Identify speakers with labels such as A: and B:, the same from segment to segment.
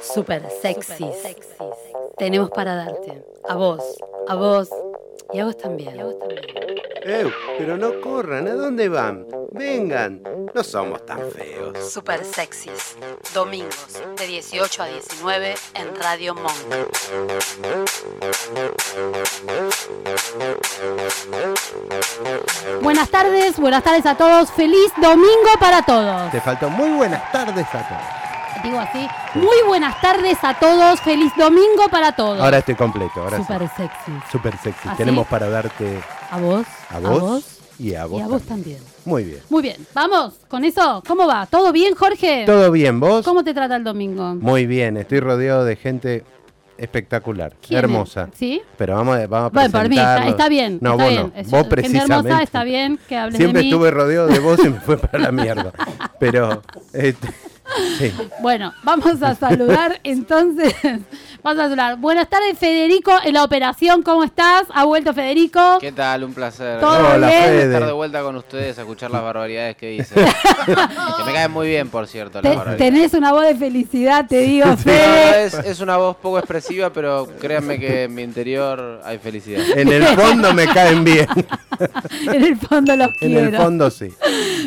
A: super sexys tenemos para darte. A vos, a vos y a vos también.
B: ¡Ew! Pero no corran, ¿a dónde van? Vengan, no somos tan feos.
A: Super sexys. Domingos de 18 a 19 en Radio Monk.
C: Buenas tardes, buenas tardes a todos. Feliz domingo para todos.
D: Te faltó muy buenas tardes a todos.
C: Digo así. Muy buenas tardes a todos. Feliz domingo para todos.
D: Ahora estoy completo, ahora sí.
C: Super sexys.
D: Súper sexy.
C: ¿Así?
D: Tenemos para darte
C: ¿Ah, A vos.
D: a vos, y a vos.
C: y a vos también.
D: Muy bien.
C: Muy bien, vamos con eso. ¿Cómo va? ¿Todo bien, Jorge?
D: ¿Todo bien vos?
C: ¿Cómo te trata el domingo?
D: Muy bien, estoy rodeado de gente espectacular,
C: ¿Quién es?
D: hermosa.
C: ¿Sí?
D: Pero vamos, a- vamos a
C: Bueno, por mí, está,
D: presentarlos.
C: está bien.
D: No,
C: está
D: vos
C: bien.
D: no,
C: Es-
D: vos
C: gente hermosa,
D: precisamente.
C: está bien que hables
D: Siempre
C: de mí.
D: estuve rodeado de vos y me fue para la mierda. Pero, este, sí.
C: Bueno, vamos a saludar entonces. Vamos a saludar. Buenas tardes, Federico, en la operación. ¿Cómo estás? ¿Ha vuelto Federico?
E: ¿Qué tal? Un placer.
C: Todo
D: Hola,
C: bien.
E: Estar de
D: Fede.
E: vuelta con ustedes a escuchar las barbaridades que dicen. que me caen muy bien, por cierto, las
C: Te-
E: barbaridades.
C: tenés una voz de felicidad, te digo,
E: No, no,
C: Fede.
E: es, es una voz poco expresiva, pero créanme que en mi interior hay felicidad.
D: En el fondo me caen bien.
C: En el fondo los
D: En
C: quiero.
D: el fondo sí.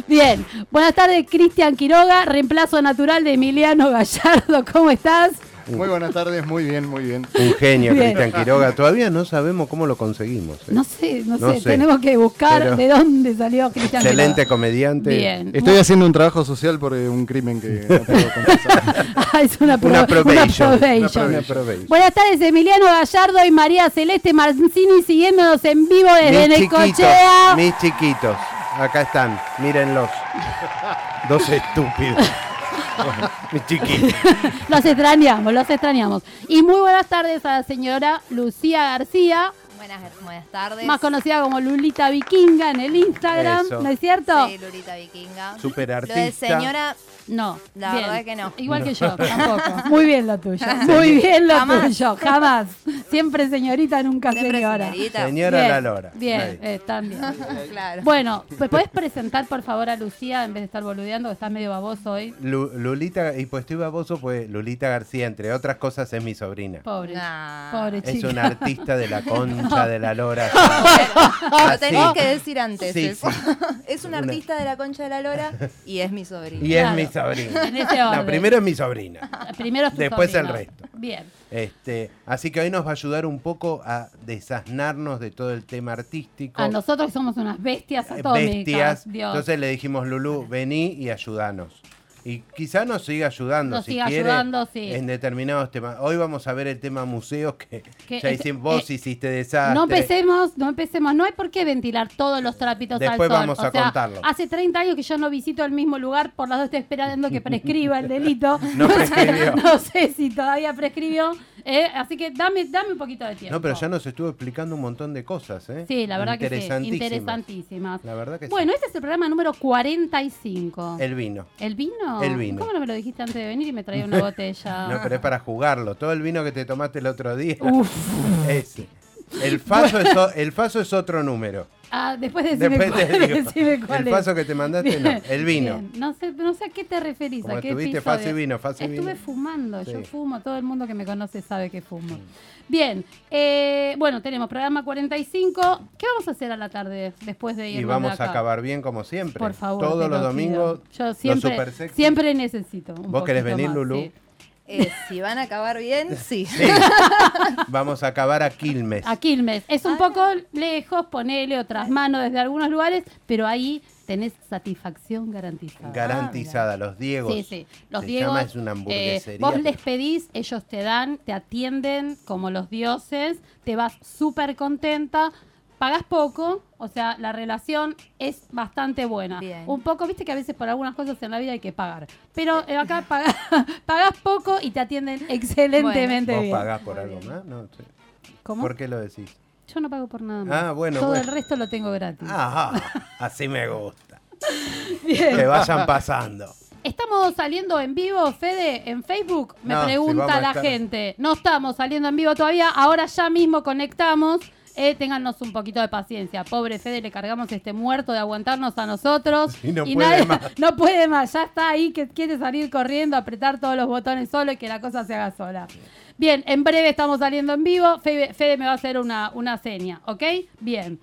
C: Bien. Buenas tardes, Cristian Quiroga, reemplazo natural de Emiliano Gallardo. ¿Cómo estás?
F: Muy buenas tardes, muy bien, muy bien.
D: Un genio,
C: Bien.
D: Cristian Quiroga. Todavía no sabemos cómo lo conseguimos. ¿eh?
C: No sé, no,
D: No
C: sé,
D: sé.
C: Tenemos que buscar
D: Pero-
C: de dónde salió Cristian Quiroga.
D: Excelente comediante.
C: Bien.
F: Estoy haciendo un trabajo social por eh, un crimen que no puedo confesar.
C: Ah, es una, pro-
D: Una probation.
C: una probation.
D: Una probation.
C: Buenas tardes, Emiliano Gallardo y María Celeste Mancini siguiéndonos en vivo desde
D: mis chiquitos,
C: Necochea.
D: mis chiquitos. Acá están, mírenlos. Dos estúpidos. Bueno, mis chiquitos.
C: Los extrañamos, los extrañamos. Y muy buenas tardes a la señora Lucía García,
G: Buenas, buenas tardes.
C: más conocida como Lulita Vikinga en el Instagram,
D: Eso.
C: ¿no es cierto?
G: Soy Lurita Vikinga.
D: Superartista.
G: Lo de señora,
C: No,
G: La
C: bien.
G: verdad que no.
C: Igual que yo, tampoco. Muy bien lo tuyo, muy bien lo
G: Jamás.
C: tuyo, jamás. Siempre señorita, nunca
G: siempre
C: señora.
G: señorita.
D: Señora
C: Bien,
D: La Lora.
C: Bien,
D: Ahí.
C: eh, también.
G: Claro.
C: Bueno, ¿me podés presentar por favor a Lucía en vez de estar boludeando que estás medio baboso hoy?
D: Lu- Lulita, y pues estoy baboso, pues Lulita García, entre otras cosas, es mi sobrina.
C: Pobre.
G: Nah.
C: Pobre
D: Es
C: chica.
D: una artista de la concha de la lora.
G: Lo
D: Así.
G: tenías que decir antes.
D: Ah, Sí,
G: eso.
D: sí.
G: es un
D: Una-
G: artista de la concha de la lora y es mi sobrina.
D: Y
C: Claro.
D: es mi sobrina.
C: En ese orden. Ah,
D: No, primero es mi sobrina.
C: Primero es tu
D: después
C: sobrino.
D: el resto.
C: Bien.
D: Este, así que hoy nos va a ayudar un poco a desasnarnos de todo el tema artístico.
C: A nosotros que somos unas bestias
D: eh,
C: atómicas.
D: bestias.
C: Dios.
D: Entonces le dijimos, Lulú, vení y ayudanos. Y quizá nos siga ayudando,
C: Nos
D: si
C: siga
D: quiere,
C: ayudando, sí.
D: en determinados temas. Hoy vamos a ver el tema museos que
C: Que
D: ya
C: es-
D: hicimos, vos
C: eh,
D: hiciste desastre.
C: no empecemos, no empecemos, no hay por qué ventilar todos los trapitos al sol.
D: Después vamos a
C: o sea,
D: contarlo.
C: Hace 30 años que yo no visito el mismo lugar, por las dos estoy esperando que prescriba el delito.
D: No prescribió.
C: no sé si todavía prescribió. eh, así que dame, dame un poquito de tiempo.
D: No, pero ya nos estuvo explicando un montón de cosas, ¿eh?
C: Sí, la verdad que sí.
D: Interesantísimas.
C: Interesantísimas.
D: La verdad que sí.
C: Bueno, este es el programa número 45.
D: El vino.
C: ¿El vino?
D: El vino.
C: ¿Cómo no me lo dijiste antes de venir y me traía una botella?
D: No, pero es para jugarlo. Todo el vino que te tomaste el otro día.
C: Ah. Uf.
D: Ese. El faso, es, o- el faso es otro número.
C: Ah, después decime
D: Después
C: cuál,
D: te digo.
C: decime cuál
D: el
C: es.
D: faso que te mandaste, no.
C: Bien,
D: El vino.
C: bien. No sé, no sé a qué te referís.
D: Como
C: a qué
D: estuviste
C: episodio.
D: fácil vino, fácil
C: Estuve
D: vino.
C: fumando, yo
D: Sí.
C: fumo, todo el mundo que me conoce sabe que fumo. Bien, eh, bueno, tenemos programa 45. ¿Qué vamos a hacer a la tarde después de ir
D: Y vamos a acabar bien como siempre.
C: Por favor.
D: Todos los
C: te lo pido.
D: domingos.
C: Yo
D: los
C: siempre,
D: super sexy.
C: siempre necesito. un
D: ¿Vos querés
C: poquito
D: venir,
C: más,
D: Lulú?
C: sí.
G: Eh, si van a acabar bien, sí.
D: Sí. Vamos a acabar a Quilmes.
C: A Quilmes. Es un poco lejos, ponele otras manos desde algunos lugares, pero ahí tenés satisfacción garantizada.
D: Garantizada, los Diegos.
C: Ah, Sí, sí. Los
D: Se
C: Diegos.
D: llama, es una
C: eh,
D: hamburguesería.
C: vos
D: pero-
C: les pedís, ellos te dan, te atienden como los dioses, te vas súper contenta, pagás poco, o sea, la relación es bastante buena.
G: Bien.
C: Un poco, viste que a veces por algunas cosas en la vida hay que pagar, pero eh, acá pagás, pagás poco y te atienden excelentemente
D: ¿Vos
C: bien.
D: pagás por algo más? No, sé.
C: ¿Cómo?
D: ¿Por qué lo decís?
C: Yo no pago por nada más.
D: Ah, bueno,
C: Todo
D: bueno.
C: el resto lo tengo gratis.
D: Ajá, Ah, así me gusta.
C: Bien.
D: Que vayan pasando.
C: Estamos saliendo en vivo, Fede, en Facebook, me
D: No, si
C: pregunta
D: vamos a
C: la
D: estar-
C: gente. No estamos saliendo en vivo todavía, ahora ya mismo conectamos Eh, téngannos un poquito de paciencia. Pobre Fede, le cargamos este muerto de aguantarnos a nosotros.
D: Y no puede más.
C: No puede más. Ya está ahí que quiere salir corriendo, apretar todos los botones solo y que la cosa se haga sola. Bien, en breve estamos saliendo en vivo. Fede, Fede me va a hacer una, una seña, ¿ok? Bien.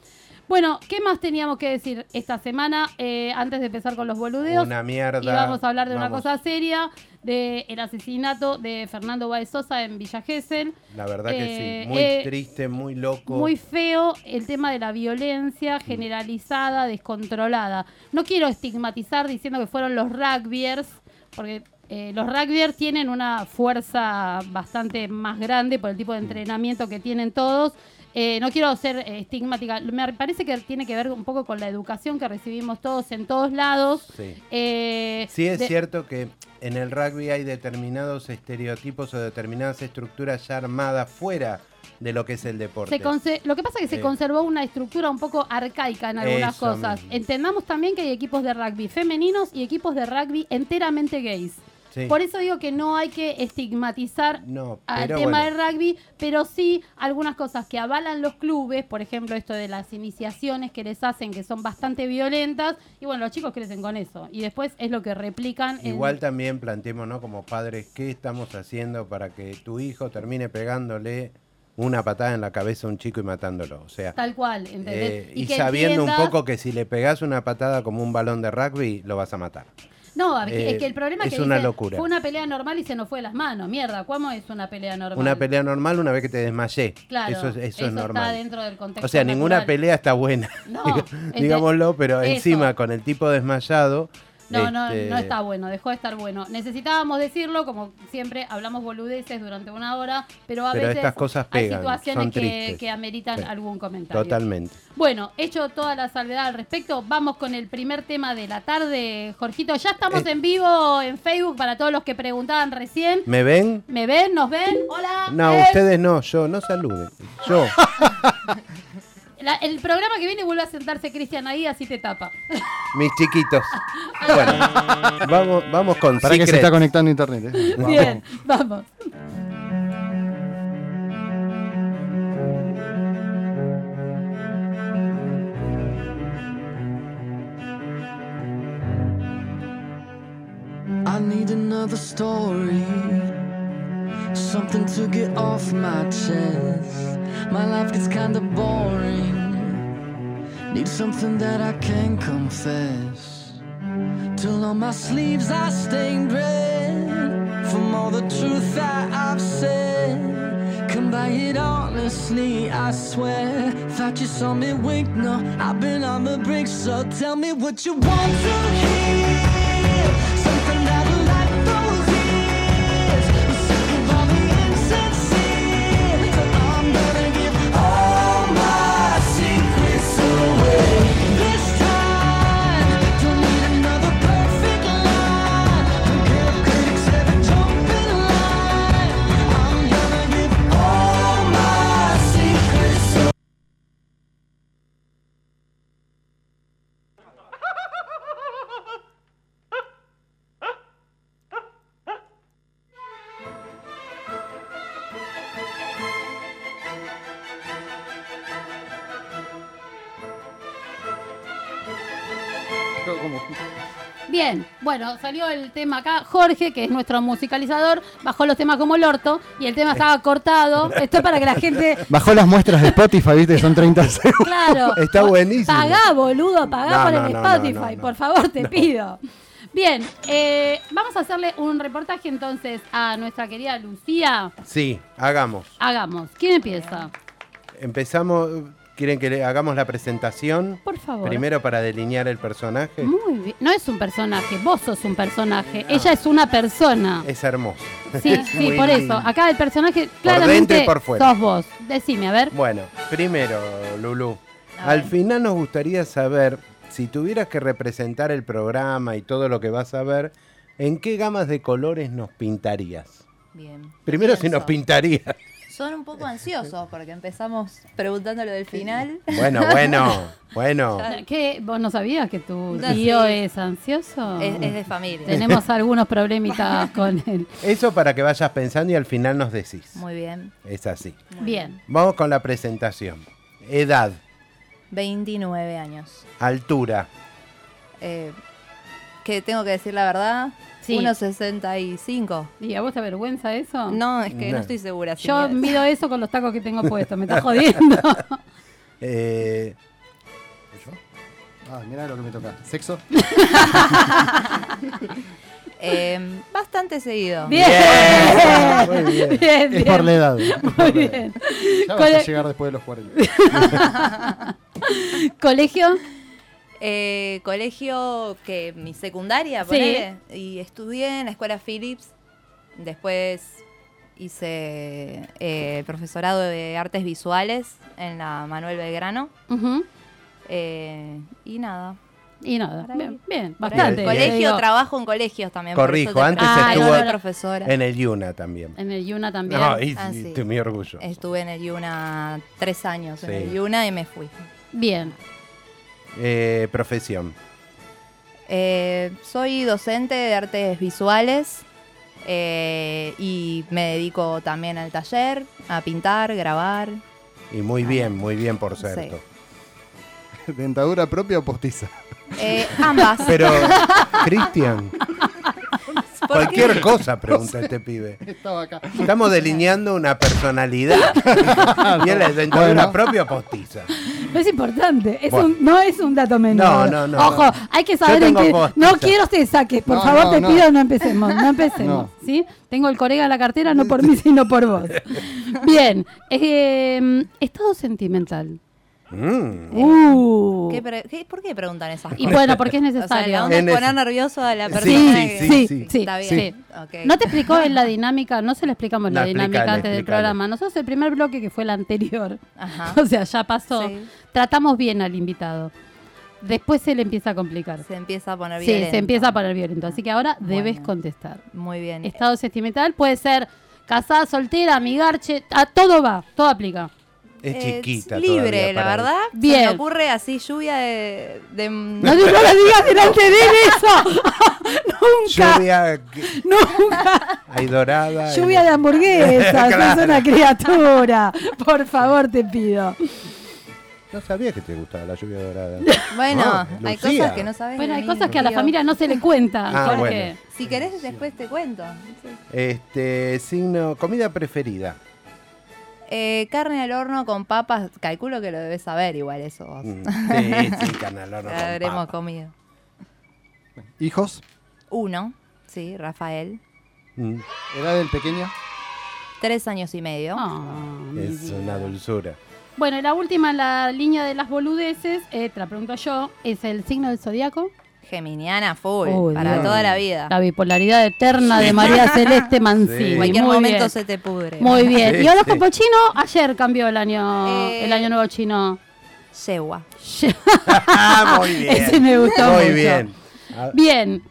C: Bueno, ¿qué más teníamos que decir esta semana eh, antes de empezar con los boludeos?
D: Una mierda.
C: Y vamos a hablar de una
D: Vamos.
C: cosa seria, de el asesinato de Fernando Baez Sosa en Villa Gesell.
D: La verdad que
C: Eh,
D: sí. Muy
C: eh,
D: triste, muy loco.
C: Muy feo el tema de la violencia generalizada, descontrolada. No quiero estigmatizar diciendo que fueron los rugbyers, porque eh, los rugbyers tienen una fuerza bastante más grande por el tipo de entrenamiento que tienen todos. Eh, no quiero ser eh, estigmática, me parece que tiene que ver un poco con la educación que recibimos todos en todos lados.
D: Sí.
C: Eh,
D: Sí, es
C: de-
D: cierto que en el rugby hay determinados estereotipos o determinadas estructuras ya armadas fuera de lo que es el deporte.
C: Se conse- lo que pasa es que
D: Eh.
C: se conservó una estructura un poco arcaica en algunas
D: Eso
C: cosas.
D: mismo.
C: Entendamos también que hay equipos de rugby femeninos y equipos de rugby enteramente gays.
D: Sí.
C: Por eso digo que no hay que estigmatizar
D: No,
C: al
D: pero
C: tema
D: bueno.
C: del rugby, pero sí algunas cosas que avalan los clubes, por ejemplo, esto de las iniciaciones que les hacen que son bastante violentas, y bueno, los chicos crecen con eso, y después es lo que replican en-
D: Igual también planteémonos como padres qué estamos haciendo para que tu hijo termine pegándole una patada en la cabeza a un chico y matándolo. O sea,
C: tal cual, ¿entendés?
D: eh, y,
C: que
D: sabiendo un
C: entiendas-
D: poco que si le pegas una patada como un balón de rugby, lo vas a matar.
C: No, a-
D: Eh,
C: es que el problema
D: es
C: que
D: una
C: dicen,
D: locura.
C: fue una pelea normal y se nos fue de las manos. Mierda, ¿cómo es una pelea normal?
D: Una pelea normal una vez que te desmayé.
C: Claro,
D: eso, es- eso es
C: está
D: normal.
C: dentro del contexto.
D: O sea, ninguna
C: natural.
D: pelea está buena,
C: No,
D: diga-
C: este-
D: digámoslo, pero
C: eso.
D: encima con el tipo desmayado.
C: No, no,
D: este,
C: no está bueno, dejó de estar bueno. Necesitábamos decirlo, como siempre, hablamos boludeces durante una hora, pero a
D: Pero
C: veces
D: estas cosas
C: hay
D: pegan,
C: situaciones
D: son
C: que,
D: tristes.
C: que ameritan
D: Sí.
C: algún comentario.
D: Totalmente.
C: Bueno, hecho toda la salvedad al respecto, vamos con el primer tema de la tarde, Jorgito. Ya estamos
D: Eh.
C: en vivo en Facebook para todos los que preguntaban recién.
D: ¿Me ven?
C: ¿Me ven? ¿Nos ven? Hola.
D: No,
C: Eh,
D: ustedes no, yo, no saluden. Yo.
C: La- el programa que viene vuelve a sentarse Cristian ahí, así te tapa.
D: Mis chiquitos. Bueno, vamos, vamos con
F: Para que se
D: Secret.
F: está conectando a internet. eh. Vamos.
C: Bien, vamos.
H: I need another story. Something to get off my chest. My life gets kinda boring. Need something that I can confess. Till on my sleeves I stained red. From all the truth that I've said. Come by it honestly, I swear. Thought you saw me wink, no, I've been on the brink. So tell me what you want to hear. Something that'll light those ears. I'm sick of all the insincere. So I'm gonna give all my secrets away. This time, don't need another perfect line. Forgive critics every jump in line. I'm gonna give all my secrets away.
C: Bien, bueno, salió el tema acá. Jorge, que es nuestro musicalizador, bajó los temas como el orto y el tema estaba cortado. Esto es para que la gente.
F: Bajó las muestras de Spotify, viste, son 30 segundos.
C: Claro.
D: Está buenísimo.
C: Pagá, boludo, pagá
D: No,
C: por
D: no,
C: el
D: no,
C: Spotify,
D: no, no, no.
C: por favor, te pido. Bien, eh, vamos a hacerle un reportaje entonces a nuestra querida Lucía.
D: Sí, hagamos.
C: Hagamos. ¿Quién empieza?
D: Empezamos. ¿Quieren que le hagamos la presentación?
C: Por favor. Mm.
D: Primero para delinear el personaje.
C: Muy bien. No es un personaje, vos sos un personaje. Ella es una persona.
D: Es hermoso.
C: Sí, sí,
D: muy
C: por
D: lindo.
C: eso. Acá el personaje
D: dentro
C: claramente
D: y por fuera.
C: sos vos. Decime, a ver.
D: Bueno, primero, Lulú.
G: A
D: Al
G: ver.
D: final nos gustaría saber, si tuvieras que representar el programa y todo lo que vas a ver, ¿en qué gamas de colores nos pintarías?
G: Bien.
D: Primero si
G: Pienso.
D: nos pintarías.
G: Son un poco ansiosos porque empezamos preguntando lo del final.
D: Bueno, bueno, bueno.
C: ¿Qué? ¿Vos no sabías que tu
G: No,
C: tío
G: sí.
C: es ansioso?
G: Es, es de familia.
C: Tenemos algunos problemitas con él.
D: Eso para que vayas pensando y al final nos decís.
G: Muy bien.
D: Es así.
C: Bien.
D: Vamos con la presentación. Edad,
G: 29 años.
D: altura.
G: Eh, que tengo que decir la verdad,
C: Sí.
G: 1,65.
C: ¿Y a vos te avergüenza eso?
G: No, es que no,
D: No.
G: estoy segura. si
C: Yo
G: me-
C: mido eso con los tacos que tengo puestos, me está jodiendo.
D: eh,
F: Ah, mirá lo que me toca. ¿Sexo?
G: Eh, bastante seguido.
C: Bien.
F: Muy bien.
C: Bien,
F: Es por la
C: bien.
F: edad.
C: Muy bien.
F: Ya
C: Con
F: vas a
C: el-
F: llegar después de los 40.
C: ¿Colegio?
G: Eh, colegio que mi secundaria,
C: Sí.
G: ponele, y estudié en la escuela Phillips. Después hice eh, profesorado de artes visuales en la Manuel Belgrano.
C: Ujú.
G: Eh, y nada.
C: Y nada.
G: Por ahí.
C: Bien, bien,
G: Por ahí.
C: bastante.
G: Colegio,
C: Te digo,
G: trabajo en colegios también. por
D: Corrijo,
G: eso te
D: antes
G: pregunté.
C: estuvo
G: Ah, no, no, profesora.
D: en el Yuna también.
C: En el Yuna también.
D: No, y,
G: Ah,
D: y
G: sí.
D: te- mi orgullo.
G: Estuve en el Yuna tres años
D: Sí.
G: en el Yuna y me fui.
C: Bien.
D: Eh, profesión.
G: Eh, soy docente de artes visuales eh, y me dedico también al taller, a pintar, grabar.
D: Y
G: Ah,
D: muy bien, muy bien, por cierto.
F: ¿Dentadura propia o postiza?
G: Eh, ambas.
D: Pero, Cristian,
G: ¿Por qué?
D: cualquier cosa pregunta este pibe.
F: Estaba acá.
D: Estamos delineando una personalidad. y él es dentadura
F: Bueno.
D: propia o postiza.
C: No es importante, es
D: Bueno.
C: un- no es un dato menor.
D: No, no, no,
C: Ojo,
D: no.
C: hay que saber
D: Yo
C: en
D: tengo
C: qué.
D: post.
C: No quiero te saques, por
F: No,
C: favor,
F: no,
C: te
F: no.
C: pido no empecemos, no empecemos, ¿sí? Tengo el colega a la cartera, no por mí, sino por vos. Bien, eh, estado sentimental.
D: Mm.
C: Uh.
G: ¿Qué pre- qué- ¿Por qué preguntan esas
C: Y
G: cosas?
C: bueno, porque es
G: O sea, la
C: necesario.
G: onda es
D: En ese-
G: poner nervioso a la persona.
C: sí,
G: que-
C: sí, sí, sí,
G: Está bien.
C: sí.
G: Ok.
C: No te explicó en la dinámica, no se le explicamos la
D: No,
C: dinámica
D: explícale,
C: antes del
D: explícale.
C: programa. Nosotros el primer bloque que fue el anterior.
G: Ajá.
C: O sea, ya pasó.
G: Sí.
C: Tratamos bien al invitado. Después se le empieza a complicar.
G: Se empieza a poner
C: Sí,
G: violento.
C: se empieza a poner violento. Así que ahora
G: Bueno. e-
C: debes contestar.
G: Muy bien.
C: Estado sentimental puede ser casada, soltera, amigarche, a todo va, todo aplica.
D: Es
G: Eh,
D: chiquita.
G: Libre,
D: todavía
G: la
D: para
G: verdad.
C: Bien.
G: Se me ocurre así lluvia de... de-
C: No, te- no lo digas delante de él eso.
D: él.
C: nunca,
D: Lluvia, que-
C: nunca.
D: hay dorada.
C: Lluvia de hamburguesas, sos una criatura. Por favor, te pido.
D: No sabía que te gustaba la lluvia dorada.
G: Bueno,
D: Ah,
G: hay
D: Lucía.
G: cosas que no sabes.
C: Bueno,
G: de
C: hay
G: mí,
C: cosas que a la
G: tío.
C: familia no se le cuenta.
D: Ah,
C: porque-
G: Si querés, después te cuento.
D: Este, signo, comida preferida.
G: Eh, carne al horno con papas, calculo que lo debes saber igual eso vos.
D: Mm, Sí, sí, canal horno
G: Ya
D: con
G: habremos
D: papa.
G: comido.
F: ¿Hijos?
G: Uno, sí, Rafael.
D: Mm,
F: ¿Edad del pequeño?
G: Tres años y medio.
C: Ah, mi
D: Es
C: vida.
D: una dulzura.
C: Bueno, y la última en la línea de las boludeces, eh, te la pregunto yo, es el signo del zodiaco.
G: Geminiana full,
C: Uy,
G: para
C: Dios.
G: toda la vida.
C: La bipolaridad eterna de María Celeste
D: Sí.
C: Mancini.
G: Ah. En cualquier
C: Muy
G: momento
C: bien.
G: se te pudre.
C: Muy bien.
D: Sí,
C: y
D: sí.
C: horóscopo chino, ayer cambió el año
G: Eh.
C: el año nuevo chino.
G: Yegua.
D: Ah, muy bien.
C: Ese me gustó
D: Muy
C: mucho.
D: bien. Ah,
C: Bien.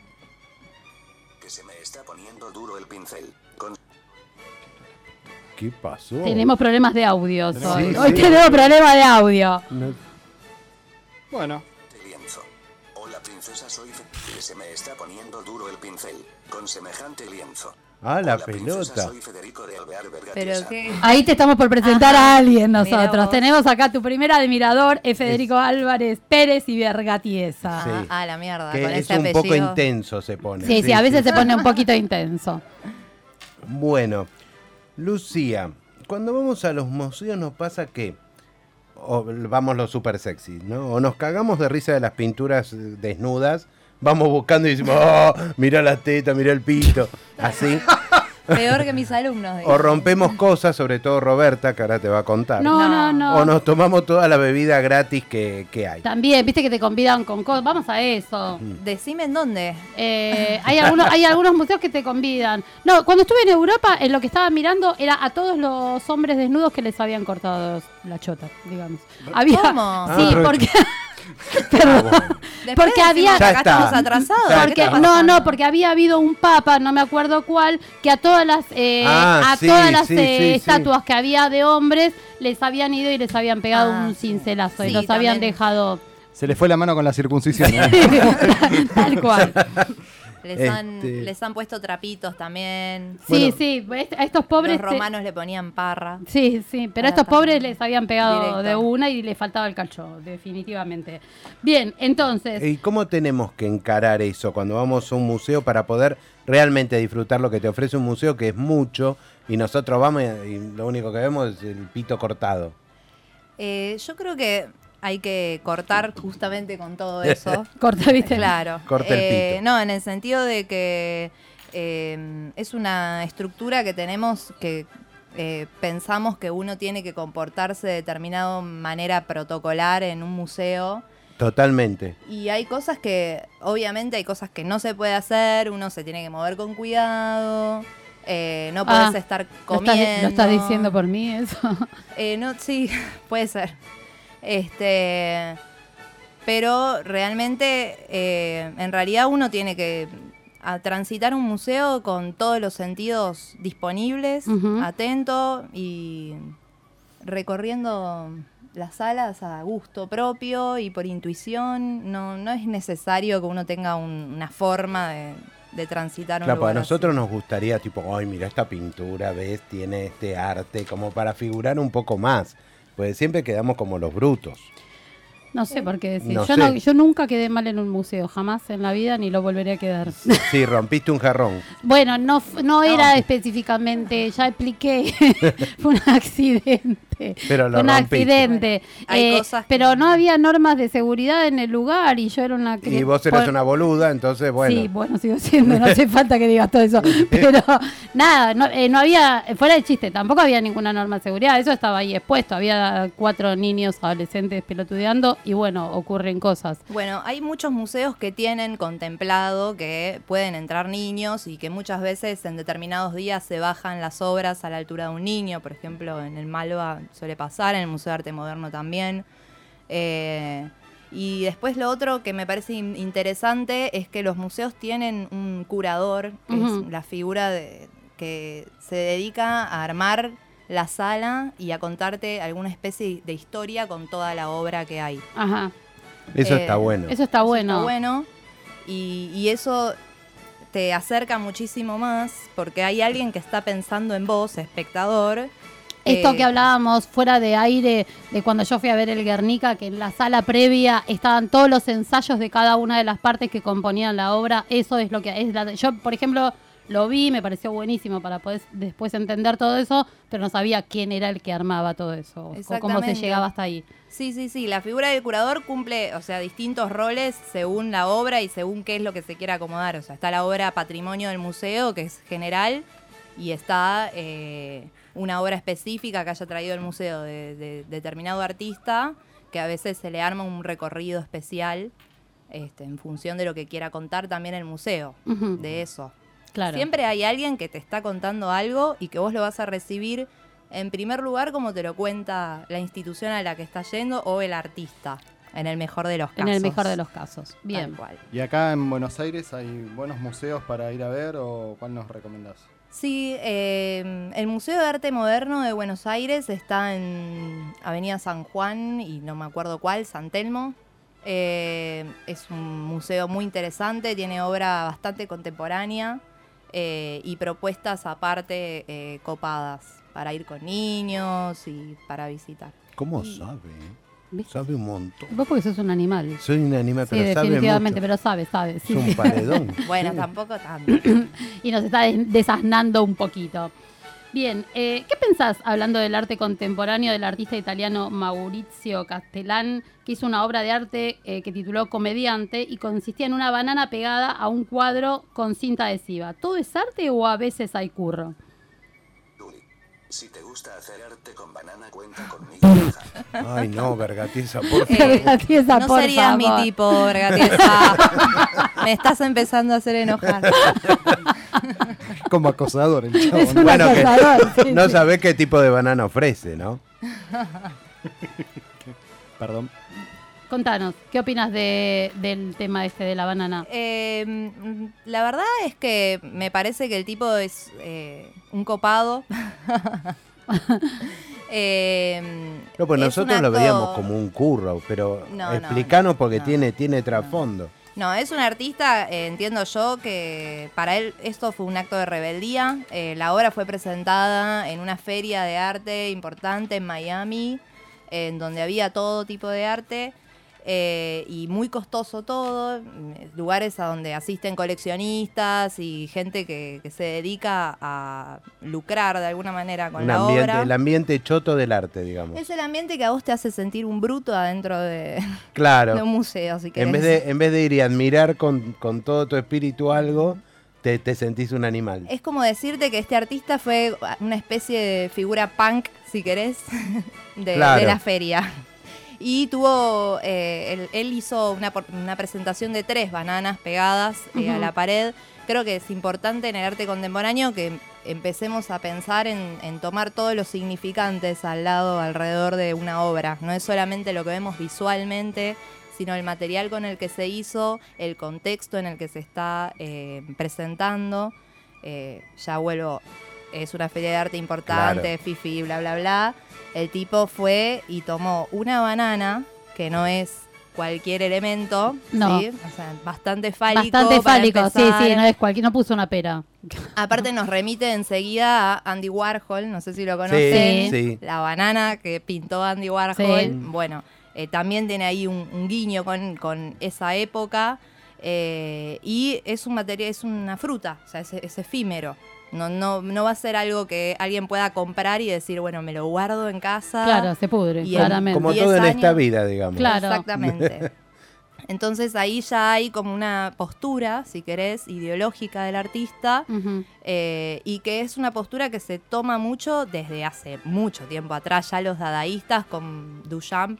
I: Que se me está poniendo duro el pincel. Con-
D: ¿Qué pasó?
C: Tenemos problemas de audio hoy.
D: sí,
C: hoy
D: sí.
C: tenemos problemas de audio.
D: No-
F: Bueno.
I: Te lienzo. Hola princesa, soy Fe- que se me está poniendo duro el pincel con semejante lienzo.
D: Ah, la
I: Hola, princesa,
D: pelota.
I: soy Federico de Alvear
G: Pero
I: Vergatiza.
G: qué.
C: Ahí te estamos por presentar a alguien nosotros.
G: vos.
C: Tenemos acá tu primer admirador, es Federico Álvarez Pérez y Vergatiesa.
D: Sí.
G: Ah, ah, la mierda.
D: Que
G: con
D: es
G: ese
D: un
G: apellido.
D: poco intenso, se pone.
C: Sí, sí, a veces se pone un poquito intenso.
D: Bueno, Lucía, cuando vamos a los museos nos pasa que o vamos los super sexy, ¿no? O nos cagamos de risa de las pinturas eh, desnudas, vamos buscando y decimos, oh, mirá la teta, mirá el pito, así.
G: Peor que mis alumnos.
D: O
G: digo.
D: rompemos cosas, sobre todo Roberta, que ahora te va a contar.
C: No, no,
G: No.
C: no.
D: O nos tomamos toda la bebida gratis que, que hay.
C: También, viste que te convidan con cosas. Vamos a eso.
G: Decime en dónde.
C: Eh, hay, algunos, hay algunos museos que te convidan. No, cuando estuve en Europa, en lo que estaba mirando era a todos los hombres desnudos que les habían cortado la chota, digamos. Había,
G: ¿Cómo?
C: Sí,
D: Ah,
C: porque. Perdón.
G: Después
C: Porque
G: decimos
C: había.
G: que
D: Ya
G: acá
D: está.
G: estamos atrasados.
D: Ya
G: ¿qué te
C: Porque,
D: está.
C: no,
G: pasa?
C: no, porque había habido un papa, no me acuerdo cuál, que a todas las eh,
D: Ah,
C: a
D: sí,
C: todas las
D: sí,
C: eh,
D: sí, sí.
C: estatuas que había de hombres les habían ido y les habían pegado
G: Ah,
C: un
G: sí.
C: cincelazo y
G: Sí,
C: los habían
G: también.
C: dejado
F: Se le fue la mano con la circuncisión. ¿eh?
C: tal cual.
G: Les, han,
D: Este-
G: les han puesto trapitos también.
C: Sí,
D: Bueno.
C: sí, est- a estos pobres...
G: Los
C: te-
G: romanos le ponían parra.
C: Sí, sí, pero a
G: Ahora
C: estos
G: también.
C: pobres les habían pegado
G: Directo.
C: de una y les faltaba el cacho, definitivamente. Bien, entonces,
D: ¿Y cómo tenemos que encarar eso cuando vamos a un museo para poder realmente disfrutar lo que te ofrece un museo, que es mucho, y nosotros vamos y lo único que vemos es el pito cortado?
G: Eh, yo creo que hay que cortar justamente con todo eso.
C: corta, viste.
G: Claro.
D: Corta el
G: Eh,
D: pito.
G: no, en el sentido de que eh, es una estructura que tenemos que eh, pensamos que uno tiene que comportarse de determinada manera protocolar en un museo.
D: Totalmente.
G: Y hay cosas que, obviamente, hay cosas que no se puede hacer, uno se tiene que mover con cuidado, eh, no
C: Ah,
G: puedes estar
C: ¿Lo
G: comiendo.
C: estás, lo estás diciendo por mí eso?
G: Eh, no, sí, puede ser. Este, pero realmente, eh, en realidad uno tiene que a transitar un museo con todos los sentidos disponibles,
C: Ujú.
G: atento y recorriendo las salas a gusto propio y por intuición. No, no es necesario que uno tenga un- una forma de, de transitar un
D: Claro, para
G: lugar.
D: nosotros nos gustaría, tipo, ay, mira esta pintura, ves, tiene este arte, como para figurar un poco más. Pues siempre quedamos como los brutos.
C: No sé por qué decir.
D: No
C: yo, no-
D: sé.
C: yo nunca quedé mal en un museo, jamás en la vida ni lo volveré a quedar.
D: Sí, rompiste un jarrón.
C: Bueno, no, f- no era específicamente, ya expliqué, fue un accidente.
D: Pero lo
C: un
D: rompiste.
C: accidente.
G: Hay
C: Eh,
G: cosas que-
C: Pero no había normas de seguridad en el lugar y yo era una... cri-
D: Y vos eres
C: por-
D: una boluda, entonces, bueno.
C: Sí, bueno, sigo siendo, no hace falta que digas todo eso. Pero nada, no, eh, no había, fuera de chiste, tampoco había ninguna norma de seguridad, eso estaba ahí expuesto, había cuatro niños adolescentes pelotudeando y bueno, ocurren cosas.
G: Bueno, hay muchos museos que tienen contemplado que pueden entrar niños y que muchas veces en determinados días se bajan las obras a la altura de un niño. Por ejemplo, en el Malva suele pasar, en el Museo de Arte Moderno también. Eh, y después lo otro que me parece in- interesante es que los museos tienen un curador, que
C: Ujú.
G: es la figura de- que se dedica a armar la sala y a contarte alguna especie de historia con toda la obra que hay.
C: Ajá,
D: Eso
G: eh,
D: está bueno.
C: eso está bueno.
G: Está bueno. Y, y eso te acerca muchísimo más porque hay alguien que está pensando en vos, espectador.
C: Esto
G: Eh,
C: que hablábamos fuera de aire de cuando yo fui a ver el Guernica, que en la sala previa estaban todos los ensayos de cada una de las partes que componían la obra, eso es lo que es la, yo por ejemplo lo vi, me pareció buenísimo para poder después entender todo eso, pero no sabía quién era el que armaba todo eso o cómo se
G: Exactamente.
C: llegaba hasta ahí.
G: Sí, sí, sí. La figura del curador cumple, o sea, distintos roles según la obra y según qué es lo que se quiera acomodar. O sea, está la obra patrimonio del museo, que es general, y está eh, una obra específica que haya traído el museo de, de determinado artista, que a veces se le arma un recorrido especial este, en función de lo que quiera contar también el museo,
C: Ujú.
G: de eso.
C: Claro.
G: Siempre hay alguien que te está contando algo y que vos lo vas a recibir en primer lugar como te lo cuenta la institución a la que estás yendo o el artista, en el mejor de los
C: en
G: casos.
C: el mejor de los casos. Bien.
G: Tal cual.
F: ¿Y acá en Buenos Aires hay buenos museos para ir a ver o cuál nos recomendás?
G: Sí, eh, el Museo de Arte Moderno de Buenos Aires está en Avenida San Juan y no me acuerdo cuál, San Telmo. Eh, es un museo muy interesante, tiene obra bastante contemporánea eh, y propuestas aparte eh, copadas para ir con niños y para visitar.
D: ¿Cómo sabe?
C: ¿Viste?
D: Sabe un montón.
C: Vos porque sos un animal.
D: Soy un animal,
C: Sí,
D: pero sabe
C: definitivamente,
D: mucho.
C: pero sabes, sabes. sí.
D: Es un paredón.
G: Bueno, tampoco tanto.
C: y nos está des- desasnando un poquito. Bien, eh, ¿qué pensás hablando del arte contemporáneo del artista italiano Maurizio Castellán, que hizo una obra de arte eh, que tituló Comediante y consistía en una banana pegada a un cuadro con cinta adhesiva? ¿Todo es arte o a veces hay curro?
I: Luli, si te gusta hacer arte con banana, cuenta conmigo. hija.
D: Ay, no, vergatiza, por
G: Eh,
D: favor.
C: Vergatiesa,
G: no
C: Ah, por
G: serías mi
C: favor.
G: tipo, Vergatiesa. Me estás empezando a hacer enojar.
F: Como acosador, el chabón.
C: Es un
D: Bueno, que-
C: acosador, sí,
D: No
C: sí.
D: sabés qué tipo de banana ofrece, ¿no?
F: Perdón.
C: Contanos, ¿qué opinas de, del tema este de la banana?
G: Eh, mm, la verdad es que me parece que el tipo es eh, un copado. Eh,
D: No, pues
G: es un
D: nosotros lo
G: acto-
D: veíamos como un curro, pero
G: No, no,
D: explicanos porque
G: no.
D: tiene, tiene trasfondo.
G: No, es un artista, eh, entiendo yo, que para él esto fue un acto de rebeldía. Eh, la obra fue presentada en una feria de arte importante en Miami, en donde había todo tipo de arte. eh, y muy costoso todo, mm, lugares a donde asisten coleccionistas y gente que, que se dedica a lucrar de alguna manera con
D: Un
G: la
D: ambiente-
G: obra.
D: el ambiente choto del arte, digamos.
G: Es el ambiente que a vos te hace sentir un bruto adentro de,
D: claro.
G: de un museo, si querés.
D: En vez, de, en vez de ir y admirar con, con todo tu espíritu algo, te, te sentís un animal.
G: Es como decirte que este artista fue una especie de figura punk, si querés, de,
D: Claro.
G: de la feria. Y tuvo, eh, él, él hizo una, por- una presentación de tres bananas pegadas eh, a
C: Ujú.
G: la pared. Creo que es importante en el arte contemporáneo que empecemos a pensar en, en tomar todos los significantes al lado, alrededor de una obra. No es solamente lo que vemos visualmente, sino el material con el que se hizo, el contexto en el que se está eh, presentando. Eh, ya vuelvo, es una feria de arte importante,
D: Claro.
G: fifi, bla, bla, bla. El tipo fue y tomó una banana, que no es cualquier elemento,
C: No.
G: ¿sí? O sea, bastante fálico.
C: Bastante
G: para
C: fálico, sí,
G: empezar.
C: sí, no es cualquier, no puso una pera.
G: Aparte nos remite enseguida a Andy Warhol, no sé si lo conocen,
D: sí.
G: la banana que pintó Andy Warhol.
C: Sí.
G: Bueno, eh, también tiene ahí un, un guiño con, con esa época eh, y es un material, es una fruta, o sea, es, es efímero. No, no, no va a ser algo que alguien pueda comprar y decir, bueno, me lo guardo en casa.
C: Claro, se pudre,
G: Ah. Y el-
C: claramente.
D: Como
G: diez
D: todo en esta
G: años.
D: vida, digamos.
C: Claro.
G: Exactamente. Entonces ahí ya hay como una postura, si querés, ideológica del artista
C: Ujú.
G: eh, y que es una postura que se toma mucho desde hace mucho tiempo atrás, ya los dadaístas con Duchamp,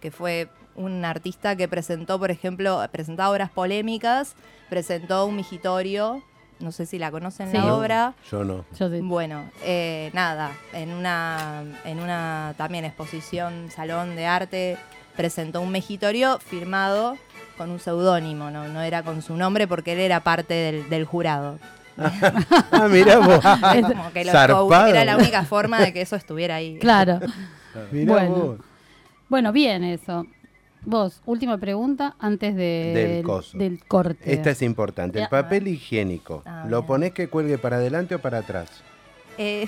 G: que fue un artista que presentó, por ejemplo, presentaba obras polémicas, presentó un migitorio, no sé si la conocen
C: Sí.
G: la obra.
D: Yo no.
C: Yo sí.
G: Bueno, eh, nada, en una, en una también exposición, salón de arte, presentó un mejitorio firmado con un seudónimo, no, no era con su nombre porque él era parte del, del jurado.
D: Ah, mirá vos.
G: Como que lo
D: Zarpado.
G: era la única forma de que eso estuviera ahí.
C: Claro.
D: Mirá
C: Bueno.
D: vos.
C: Bueno, bien eso. Vos, última pregunta antes de-
D: Del coso.
C: del corte.
D: Esta es importante. El
C: Eh, Ya.
D: papel higiénico.
G: Ah,
D: ¿Lo
G: bien.
D: ponés que cuelgue para adelante o para atrás?
G: Eh,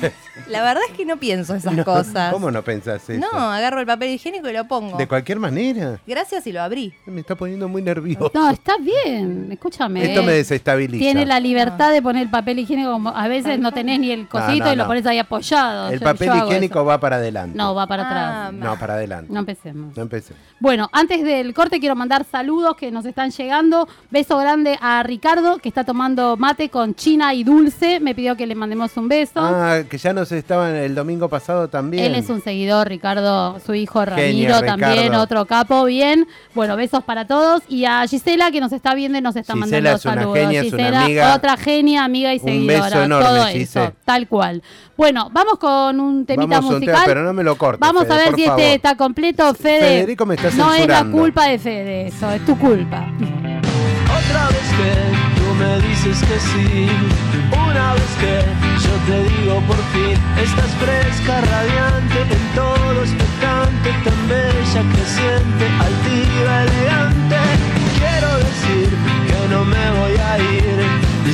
G: la verdad es que no pienso esas
D: No,
G: cosas.
D: ¿Cómo no pensás eso?
G: No, agarro el papel higiénico y lo pongo.
D: De cualquier manera.
G: Gracias y lo abrí.
D: Me está poniendo muy nervioso.
C: No, está bien, escúchame.
D: Esto me desestabiliza.
C: eh,
D: Ah.
C: Tiene la libertad de poner el papel higiénico como a veces no tenés ni el cosito
D: no,
C: y lo
D: no.
C: pones ahí apoyado.
D: El
C: Yo-
D: papel
C: yo hago
D: higiénico va para adelante.
C: eso. No, va para
G: Ah,
C: atrás.
D: No, para adelante.
C: No empecemos.
D: No empecé.
C: Bueno, antes del corte quiero mandar saludos que nos están llegando. Beso grande a Ricardo que está tomando mate con China y Dulce. Me pidió que le mandemos un beso.
D: Ah, que ya nos estaban el domingo pasado también.
C: Él es un seguidor, Ricardo, su hijo
D: Genio,
C: Ramiro también,
D: Ricardo.
C: otro capo, bien. Bueno, besos para todos. Y a Gisela, que nos está viendo y nos está
D: Gisela
C: mandando
D: es una
C: saludos.
D: genia, es una amiga.
C: otra genia, amiga y
D: Un
C: seguidora.
D: beso enorme,
C: todo
D: Gise.
C: eso, tal cual. Bueno, vamos con un temita
D: Vamos a un tema,
C: musical.
D: pero no me lo cortes,
C: Vamos
D: Fede,
C: a ver
D: por
C: si
D: favor.
C: este está completo, Fede.
D: Federico me está
C: no es la
D: censurando.
C: culpa de Fede, eso, es tu culpa.
J: Otra vez que tú me dices que sí, una vez que yo te digo por fin, estás fresca, radiante, en todo expectante, tan bella, creciente, altiva, elegante. Quiero decir que no me voy a ir,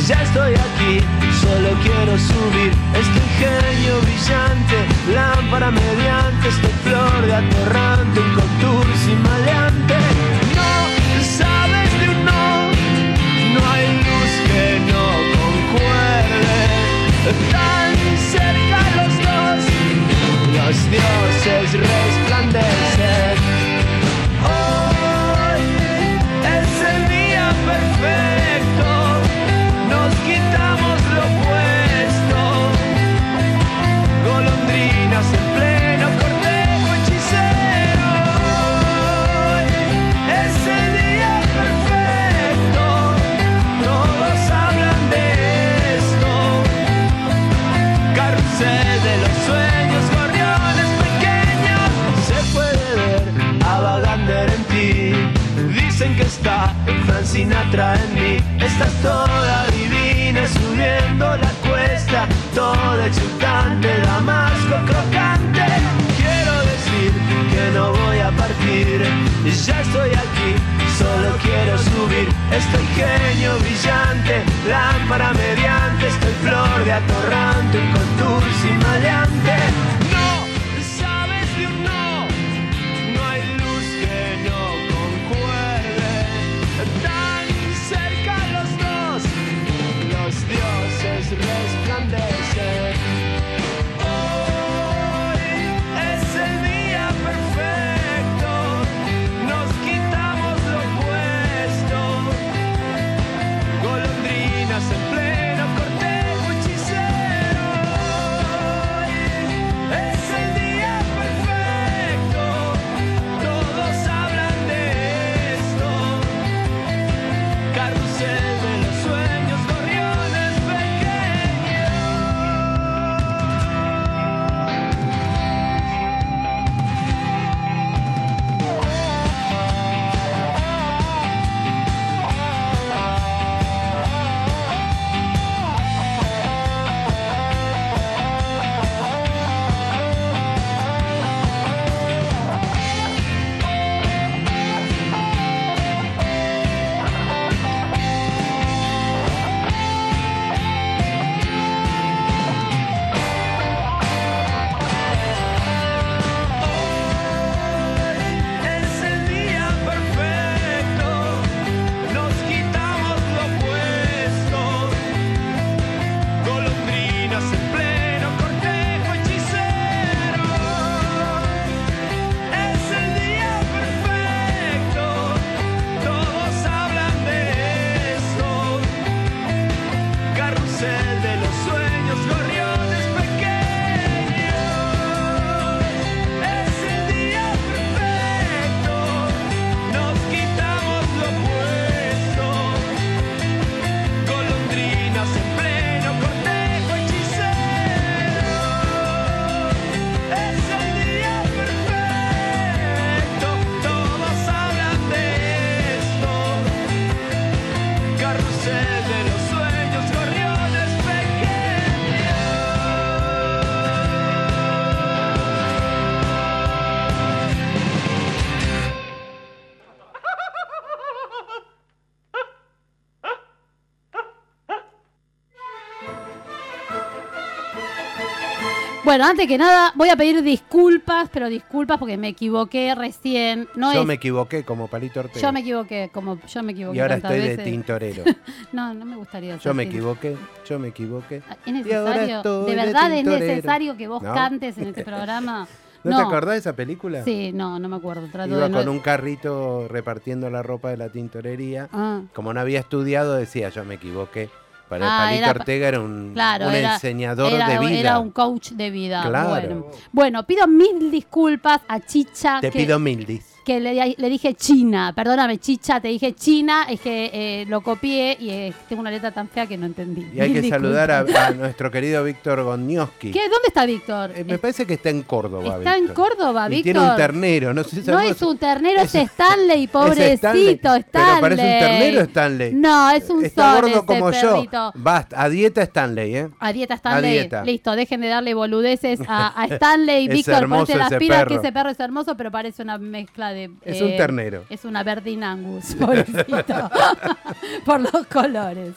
J: ya estoy aquí, solo quiero subir este ingenio brillante, lámpara mediante, esta flor de aterrante, un contour sin maleante. No sabes de un no, no hay luz que no concuerde. Tan cerca los dos, los dioses resplandecen. Hoy es el día perfecto, nos quitamos lo puesto golondrinas en pleno cortejo hechicero. Hoy Es el día perfecto, todos hablan de esto. Carrusel de los sueños, gorriones pequeños, se puede ver a Vagander en ti. Dicen que está Francina trae en mí, estás toda divina subiendo la cuesta, toda exultante, damasco crocante. Quiero decir que no voy a partir, ya estoy aquí, solo quiero subir lámpara mediante, estoy flor de atorrante, un dulce y maleante. No sabes de un no, no hay luz que no concuerde. Tan cerca los dos, los dioses resplandecen. Hoy es el día perfecto, nos quitamos lo puesto. Golondrinas en pleno cortejo hechicero. Hoy es el día perfecto. Todos hablan de esto. Carrusel de los sueños, gorriones pequeños. Es el día perfecto, nos quitamos lo puesto, golondrinas en pleno cortejo hechicero. Es el día perfecto, todos hablan de esto, carrusel de los sueños, gorriones pequeños. Es el día perfecto, nos quitamos lo puesto, golondrinas en pleno cortejo hechicero. Es el día perfecto, todos hablan de esto, carrusel de los sueños, gorriones pequeños.
C: Bueno, antes que nada, voy a pedir disculpas, pero disculpas porque me equivoqué recién. No
D: yo
C: es-
D: me equivoqué como Palito Ortega.
C: yo me equivoqué, como yo me equivoqué.
D: y ahora
C: tantas
D: estoy de
C: veces.
D: tintorero.
C: No, no me gustaría.
D: Yo
C: ser
D: me
C: tin-
D: equivoqué, yo me equivoqué.
C: ¿Es
D: Y ahora
C: necesario?
D: estoy
C: ¿De verdad es
D: tintorero.
C: necesario que vos
D: ¿No?
C: cantes en este programa?
D: ¿No, te acordás de esa película?
C: Sí, no, no me acuerdo. Trato
D: Iba
C: de no-
D: con un carrito repartiendo la ropa de la tintorería.
C: Ah.
D: Como no había estudiado, decía yo me equivoqué. Para
C: Ah,
D: el Palito
C: era pa-
D: Ortega era un,
C: Claro,
D: un
C: era-
D: enseñador
C: era,
D: de vida.
C: era un coach de vida.
D: Claro.
C: Bueno. Bueno, pido mil disculpas a Chicha.
D: Te
C: que-
D: pido mildis.
C: que le, le dije China, perdóname Chicha, te dije China, es que eh, lo copié y eh, tengo una letra tan fea que no entendí.
D: Y hay
C: Mil
D: que
C: disculpas.
D: saludar a, a nuestro querido Víctor Gonioski.
C: ¿Qué? ¿Dónde está Víctor?
D: Eh, me parece que está en Córdoba,
C: está en
D: Víctor.
C: Córdoba,
D: Y
C: Víctor.
D: tiene un ternero, no sé si
C: No
D: sabemos-
C: es un ternero, es Stanley,
D: Ese
C: pobrecito
D: Stanley.
C: Stanley.
D: Pero parece un ternero Stanley.
C: No, es un
D: Está
C: sol
D: gordo
C: ese
D: como
C: perrito.
D: yo. Basta, a dieta Stanley, ¿eh?
C: A dieta Stanley.
D: A dieta.
C: Listo, dejen de darle boludeces a, a Stanley y
D: Es
C: Víctor.
D: hermoso
C: Ponte las
D: ese
C: pilas
D: perro.
C: que ese perro es hermoso, pero parece una mezcla de. eh,
D: Es un ternero.
C: Es una Verdin Angus, pobrecito. Por los colores.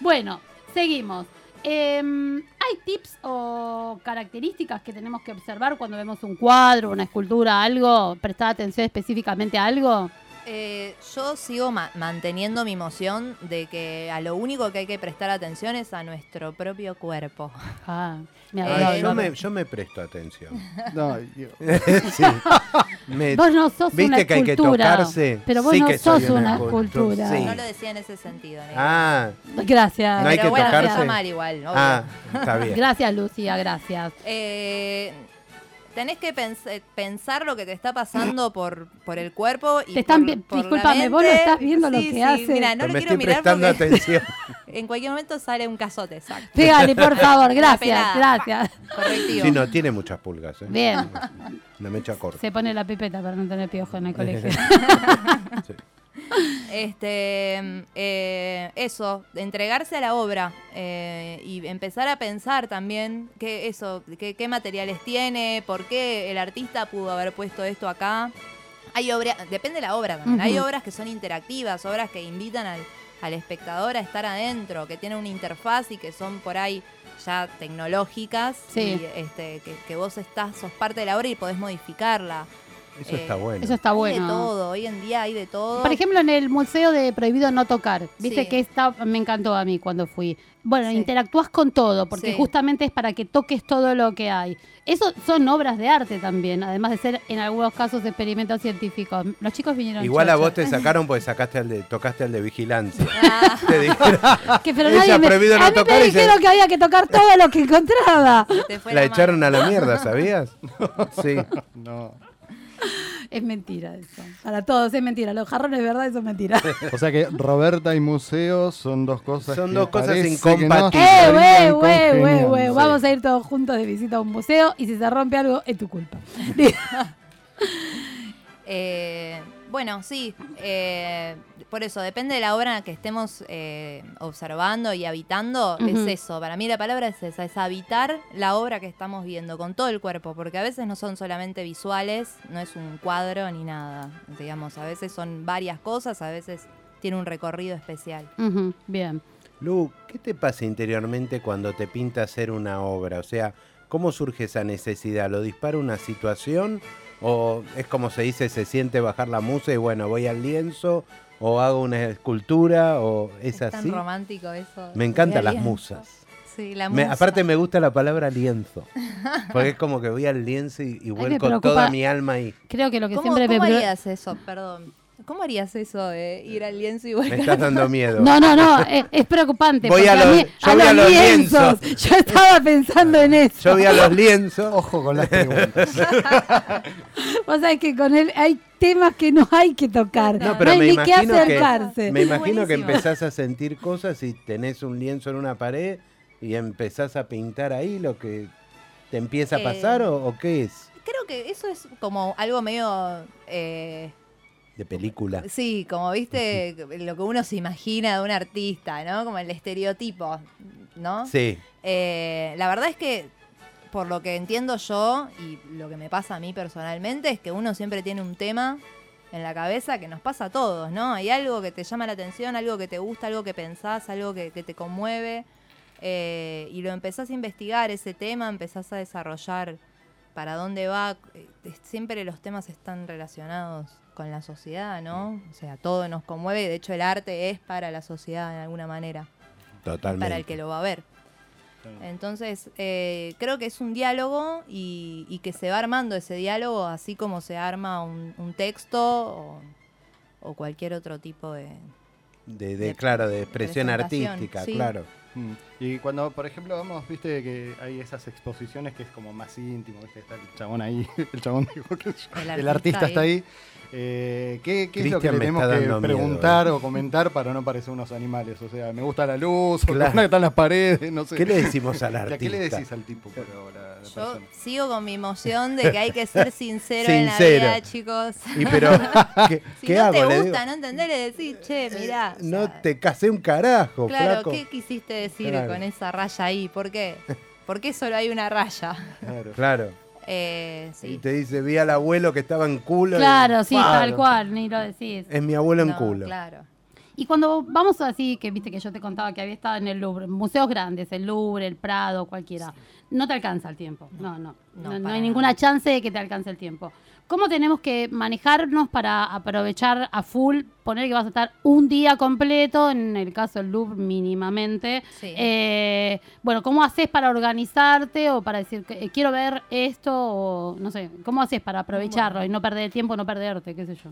C: Bueno, seguimos. Em, ¿Hay tips o características que tenemos que observar cuando vemos un cuadro, una escultura, algo? ¿Prestar atención específicamente a algo?
G: Eh, yo sigo ma- manteniendo mi emoción de que a lo único que hay que prestar atención es a nuestro propio cuerpo.
C: Ah, me
D: Ay,
C: adoro.
D: yo, me, yo me presto atención.
F: No, yo-
D: Sí. Me-
C: Vos no sos
D: ¿Viste
C: una
D: que hay que
C: escultura,
D: tocarse?
C: pero vos
D: Sí
C: no
D: que
C: sos
D: soy
C: una
D: escultu-
C: escultura.
D: sí.
G: No lo decía en ese sentido. Nico.
D: Ah,
C: Gracias.
D: no hay
G: Pero
D: que
G: bueno,
D: tocarse.
G: está mal igual, obvio.
D: ah, está bien.
C: Gracias, Lucía, gracias.
G: Eh, tenés que pens- eh, pensar lo que te está pasando por, por el cuerpo y
C: Te están
G: por,
C: vi-
G: por la
C: discúlpame, vos no
G: mente.
C: estás viendo lo
G: Sí,
C: que
G: sí,
C: hace.
G: Mira, no
D: Pero
G: lo
D: me
G: quiero
D: estoy
G: mirar
D: prestando
G: porque
D: atención.
G: en cualquier momento sale un cazote, exacto.
C: Pégale, por favor,
G: pelada.
C: gracias, gracias.
G: Correctivo.
D: Sí, no, tiene muchas pulgas. ¿eh?
C: Bien,
D: La mecha corta.
C: se pone la pipeta para no tener piojo en el colegio.
G: Este, eh, eso, entregarse a la obra eh, y empezar a pensar también qué eso, qué, qué materiales tiene, por qué el artista pudo haber puesto esto acá. Hay obra, depende de la obra también. Hay
C: Ujú.
G: obras que son interactivas, obras que invitan al, al espectador a estar adentro, que tienen una interfaz y que son por ahí ya tecnológicas
C: Sí.
G: y este, que, que vos estás, sos parte de la obra y podés modificarla.
D: Eso está bueno.
C: Eh, Eso está
G: Hay
C: bueno.
G: de todo, hoy en día hay de todo.
C: Por ejemplo, en el museo de Prohibido No Tocar, viste
G: Sí.
C: que está, me encantó a mí cuando fui. Bueno, interactúas con todo, porque
G: Sí.
C: justamente es para que toques todo lo que hay. Eso son obras de arte también, además de ser en algunos casos experimentos científicos. Los chicos vinieron.
D: Igual a vos te
C: chochos.
D: sacaron porque sacaste al de, tocaste al de vigilancia.
G: Ah,
D: Te dijeron,
C: Que, pero
D: Ella
C: nadie me,
D: prohibido
C: a
D: no
C: mí
D: tocar y
C: me
D: se-
C: dijeron que había que tocar todo lo que encontraba.
G: te fue
D: la
G: mano.
D: echaron a la mierda, ¿sabías? Sí.
F: No.
C: Es mentira eso. Para todos es mentira. Los jarrones de verdad eso es mentira.
F: O sea que Roberta y museo son dos cosas
D: Son
F: que
D: dos cosas
F: parece que no
D: incompatibles.
C: ¡Eh, wey,
F: estarían
C: wey, wey, wey!
F: congeniando.
C: Vamos a ir todos juntos de visita a un museo y si se rompe algo es tu culpa. Digo,
G: Eh, bueno, sí, eh, por eso depende de la obra que estemos eh, observando y habitando,
C: Ujú.
G: es eso. Para mí la palabra es esa, es habitar la obra que estamos viendo con todo el cuerpo, porque a veces no son solamente visuales, no es un cuadro ni nada. Digamos, a veces son varias cosas, a veces tiene un recorrido especial.
C: Ujú, Bien.
D: Lu, ¿qué te pasa interiormente cuando te pinta hacer una obra? O sea, ¿cómo surge esa necesidad? ¿Lo dispara una situación? ¿O es como se dice, se siente bajar la musa y bueno, voy al lienzo? ¿O hago una escultura? ¿O es,
G: Es tan
D: así?
G: romántico eso.
D: Me encantan
G: Voy al
D: las
G: lienzo.
D: musas.
G: Sí, la
D: Me-
G: musa.
D: aparte me gusta la palabra lienzo. Porque es como que voy al lienzo y, y vuelco toda
C: preocupa-
D: mi alma ahí.
C: Creo que lo que
G: ¿Cómo,
C: siempre
G: cómo
C: me pre-
G: harías eso? Perdón. ¿Cómo harías eso de ir al lienzo y volver?
D: Me estás dando miedo.
C: No, no, no, es, es preocupante.
D: Voy
C: porque
D: a los-
C: mí-
D: yo voy a los lienzos.
C: Yo estaba pensando en eso.
D: Yo vi a los lienzos.
F: Ojo con las preguntas.
C: Vos sabés que con él hay temas que no hay que tocar.
D: No,
C: No,
D: pero
C: hay
D: me
C: ni que
D: imagino que-
C: acercarse.
D: Me imagino que
G: Buenísimo.
D: empezás a sentir cosas y tenés un lienzo en una pared y empezás a pintar ahí lo que te empieza a
G: Eh,
D: pasar o, o qué es
G: Creo que eso es como algo medio. eh,
D: de película.
G: sí, como viste, lo que uno se imagina de un artista, ¿no? Como el estereotipo, ¿no?
D: Sí,
G: Eh, la verdad es que, por lo que entiendo yo y lo que me pasa a mí personalmente, es que uno siempre tiene un tema en la cabeza que nos pasa a todos, ¿no? Hay algo que te llama la atención, algo que te gusta, algo que pensás, algo que, que te conmueve. eh, y lo empezás a investigar ese tema, empezás a desarrollar para dónde va. eh, Siempre los temas están relacionados con la sociedad, ¿no? O sea, todo nos conmueve y de hecho el arte es para la sociedad de alguna manera
D: totalmente.
G: para el que lo va a ver. Entonces, eh, creo que es un diálogo y, y que se va armando ese diálogo así como se arma un, un texto o, o cualquier otro tipo de...
D: de, de- claro, de expresión
G: presentación,
D: artística,
G: sí.
D: claro.
F: Mm. Y cuando, por ejemplo, vamos, viste que hay esas exposiciones que es como más íntimo, viste, está el chabón ahí, el chabón dijo que yo-
G: El
F: el,
G: artista
F: artista
G: ahí.
F: está ahí. Eh, ¿qué, qué es lo que
D: Cristian me
F: le tenemos
D: está
F: que
D: dando miedo,
F: preguntar
D: eh.
F: o comentar para no parecer unos animales? O sea, me gusta la luz, o
D: Claro.
F: cómo están las paredes, no sé.
D: ¿Qué le decimos al
F: O sea,
D: artista?
F: ¿Qué le decís al tipo? Pero, la, la
G: Yo
F: persona?
G: sigo con mi emoción de que hay que ser sincero, en
D: Sincero.
G: la vida, chicos.
D: Y pero, ¿qué,
G: si
D: qué
G: no
D: hago?
G: te
D: Le
G: gusta,
D: digo, eh,
G: no entendés, le decís, che, mirá. o
D: no
G: sea,
D: te casé un carajo,
G: Claro,
D: flaco.
G: ¿qué quisiste decir
D: Claro.
G: con esa raya ahí? ¿Por qué? ¿Por qué solo hay una raya?
F: Claro.
D: Claro.
G: Eh,
D: Y
G: sí.
D: te dice, vi al abuelo que estaba en culo. y-
C: Claro, sí,
D: Claro.
C: tal cual, ni lo decís.
D: Es mi abuelo en
G: No,
D: culo.
G: Claro.
C: Y cuando vamos así, que viste que yo te contaba que había estado en el Louvre, museos grandes, el Louvre, el Prado, cualquiera, no te alcanza el tiempo. No, no. No, no
G: No, para
C: hay
G: nada.
C: ninguna chance de que te alcance el tiempo. ¿Cómo tenemos que manejarnos para aprovechar a full? Poner que vas a estar un día completo, en el caso del Louvre mínimamente.
G: Sí.
C: Eh, bueno, ¿cómo haces para organizarte o para decir, que, eh, quiero ver esto o no sé, ¿cómo haces para aprovecharlo y no perder el tiempo, no perderte, qué sé yo?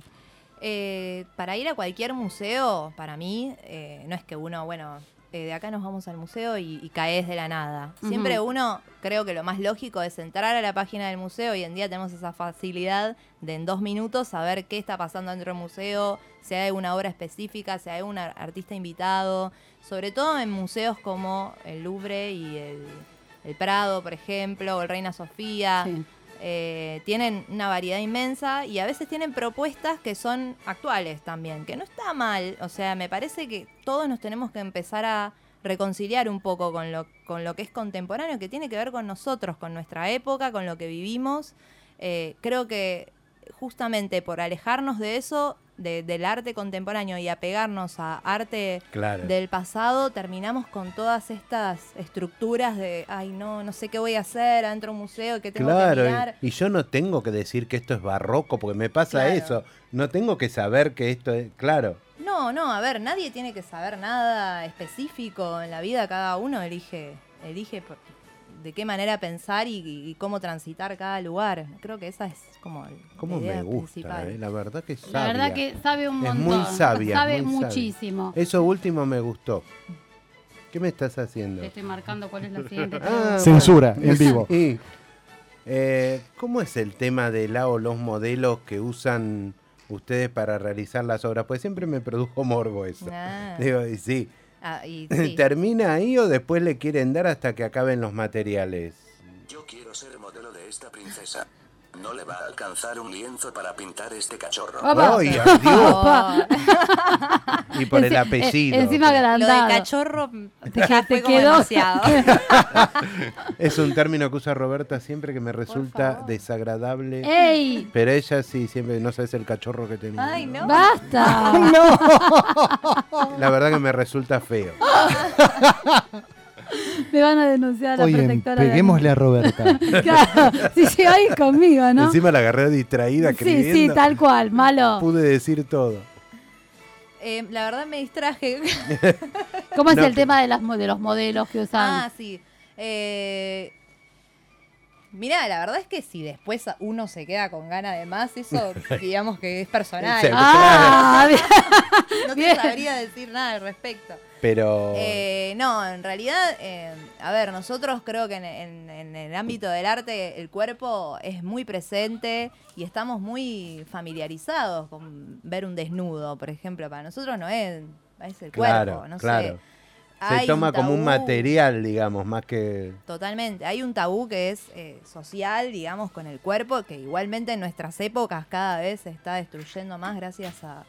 G: Eh, para ir a cualquier museo, para mí, eh, no es que uno, bueno, eh, de acá nos vamos al museo y, y caes de la nada. Siempre
C: Ujú.
G: uno, creo que lo más lógico es entrar a la página del museo. Hoy en día tenemos esa facilidad de en dos minutos saber qué está pasando dentro del museo, si hay alguna obra específica, si hay un ar- artista invitado. Sobre todo en museos como el Louvre y el, el Prado, por ejemplo, o el Reina Sofía
C: Sí.
G: eh, tienen una variedad inmensa y a veces tienen propuestas que son actuales también, que no está mal. O sea, me parece que todos nos tenemos que empezar a reconciliar un poco con lo, con lo que es contemporáneo, que tiene que ver con nosotros, con nuestra época, con lo que vivimos. Eh, creo que justamente por alejarnos de eso de- del arte contemporáneo y apegarnos a arte
D: Claro.
G: del pasado, terminamos con todas estas estructuras de, ay no, no sé qué voy a hacer, adentro un museo, qué tengo
D: Claro,
G: que
D: y-
G: mirar.
D: y, yo no tengo que decir que esto es barroco, porque me pasa
G: Claro.
D: eso. No tengo que saber que esto es. Claro,
G: No, no, a ver, nadie tiene que saber nada específico en la vida, cada uno elige, elige por- de qué manera pensar y, y cómo transitar cada lugar. Creo que esa es como el-
D: cómo
G: la idea
D: me gusta,
G: principal.
D: eh, la verdad que sabia.
C: La verdad que sabe un
D: Es
C: montón.
D: muy sabia.
C: Sabe
D: muy sabia.
C: muchísimo.
D: Eso último me gustó. ¿Qué me estás haciendo?
C: Te estoy marcando cuál es la siguiente
D: Ah,
C: pregunta.
F: Censura, en vivo.
D: Sí. Eh, ¿Cómo es el tema de la o los modelos que usan ustedes para realizar las obras? Pues siempre me produjo morbo eso.
G: Ah.
D: Digo, y sí.
G: Ah, y sí.
D: ¿Termina ahí o después le quieren dar hasta que acaben los materiales?
I: Yo quiero ser modelo de esta princesa. No le va a alcanzar un lienzo para pintar este cachorro.
C: Opa.
D: ¡Ay, adiós!
G: Oh,
C: Opa.
D: Y por el
C: Enci-
D: apellido.
C: eh, encima
G: Lo de
C: agrandado.
G: cachorro
C: Te-
G: ya
C: te
G: fue como
C: quedó.
G: demasiado.
D: Es un término que usa Roberta siempre que me resulta
G: favor.
D: desagradable.
C: Eh. ¡Ey!
D: Pero ella sí, siempre, no sabes el cachorro que tenía.
G: Ay, no.
C: ¡Basta!
D: La verdad que me resulta feo.
C: Me van a denunciar a la
F: Oye,
C: protectora. de
F: peguémosle a Roberta.
C: animales. Claro, si llega ahí conmigo, ¿no?
D: Encima la agarré distraída
C: Sí, sí,
D: creyendo.
C: tal cual, malo.
D: Pude decir todo.
G: Eh, la verdad me distraje.
C: ¿Cómo es
D: No,
C: el tema de, las, mo- de los modelos que usan?
G: Ah, sí. Eh, mirá, la verdad es que si después uno se queda con ganas de más, eso digamos que es personal.
D: Se-
C: Ah, bien.
G: no te
C: bien.
G: sabría decir nada al respecto.
D: Pero.
G: Eh, no, en realidad, eh, a ver, nosotros creo que en, en- en el ámbito del arte el cuerpo es muy presente y estamos muy familiarizados con ver un desnudo, por ejemplo. Para nosotros no es, es el
D: Claro,
G: cuerpo, no
D: claro.
G: sé.
D: se
G: Hay
D: toma como un
G: tabú.
D: material, digamos, más que.
G: Totalmente. Hay un tabú que es eh, social, digamos, con el cuerpo, que igualmente en nuestras épocas cada vez se está destruyendo más gracias a,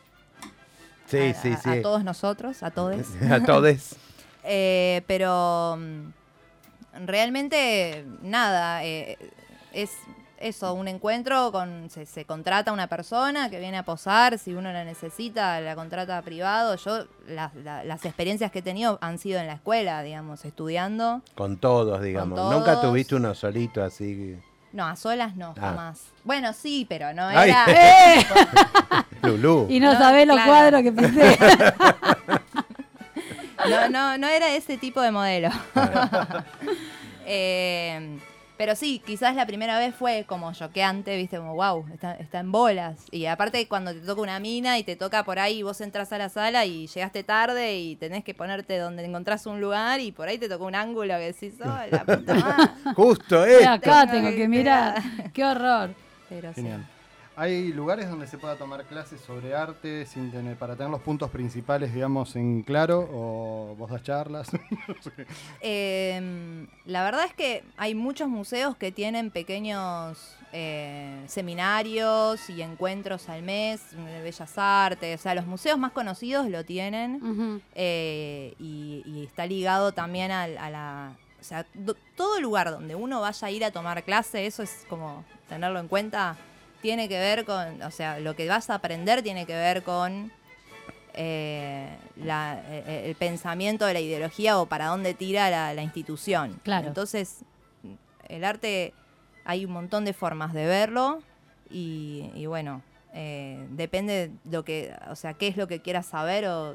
D: Sí,
G: a-
D: sí,
G: a-
D: sí.
G: a todos nosotros, a todos.
D: A todes.
G: Eh, pero mm, realmente nada, eh, es eso, un encuentro con, se, se contrata una persona que viene a posar, si uno la necesita, la contrata privado. Yo, la- la- las experiencias que he tenido han sido en la escuela, digamos, estudiando.
D: Con todos, digamos.
G: Con
D: Nunca
G: todos.
D: tuviste uno solito así.
G: No, a solas no,
D: Ah.
G: jamás. Bueno, sí, pero no
D: Ay.
G: era...
C: ¡Eh!
D: Lulú.
C: Y no,
G: No,
C: sabés los
G: claro.
C: cuadros que pinté.
G: No, no, no era ese tipo de modelo. Eh, pero sí, quizás la primera vez fue como choqueante, viste, como wow, está, está en bolas. Y aparte cuando te toca una mina y te toca por ahí, vos entras a la sala y llegaste tarde y tenés que ponerte donde encontrás un lugar y por ahí te tocó un ángulo que decís, oh, la puta madre".
D: Justo,
C: Mira,
D: ¿eh?
C: Acá
G: Tengo
C: tengo
G: que
C: que mirar. ¡Qué horror!
G: Pero sí.
F: Genial. ¿Hay lugares donde se pueda tomar clases sobre arte sin tener, para tener los puntos principales, digamos, en claro? ¿O vos das charlas? No sé.
G: Eh, la verdad es que hay muchos museos que tienen pequeños eh, seminarios y encuentros al mes de bellas artes. O sea, los museos más conocidos lo tienen
C: Ujú.
G: eh, y, y está ligado también al- a, la... O sea, do- todo lugar donde uno vaya a ir a tomar clase, eso es como tenerlo en cuenta, tiene que ver con, o sea, lo que vas a aprender tiene que ver con eh, la- eh, eh, el pensamiento de la ideología o para dónde tira la, la institución.
C: Claro.
G: Entonces, el arte hay un montón de formas de verlo y, y bueno, eh, depende lo que, o sea, qué es lo que quieras saber o,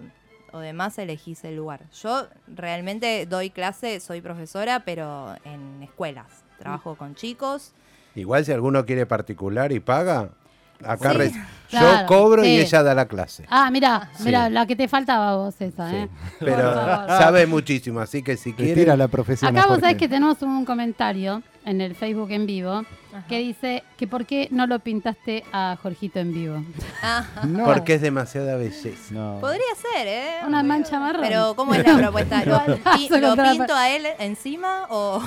G: o demás elegís el lugar. Yo realmente doy clase, soy profesora, pero en escuelas. Trabajo con chicos.
D: Igual si alguno quiere particular y paga, acá
G: Sí,
D: res- yo
C: claro,
D: cobro y
C: sí.
D: ella da la clase.
C: Ah, mirá,
D: Sí.
C: mirá, la que te faltaba a vos esa,
D: Sí.
C: ¿eh? Por
D: Pero
C: favor.
D: sabe muchísimo, así que si
F: Le
D: quiere.
F: tira la profesión. a
C: Acá vos
F: Jorge.
C: sabés que tenemos un comentario en el Facebook en vivo que dice que por qué no lo pintaste a Jorgito en vivo.
F: No.
D: Porque es demasiada belleza.
F: No.
G: Podría ser, ¿eh?
C: Una mancha marrón.
G: Pero, ¿cómo es la propuesta? ¿Lo, pi-
C: Vas a
G: lo
C: encontrar-
G: pinto a él encima o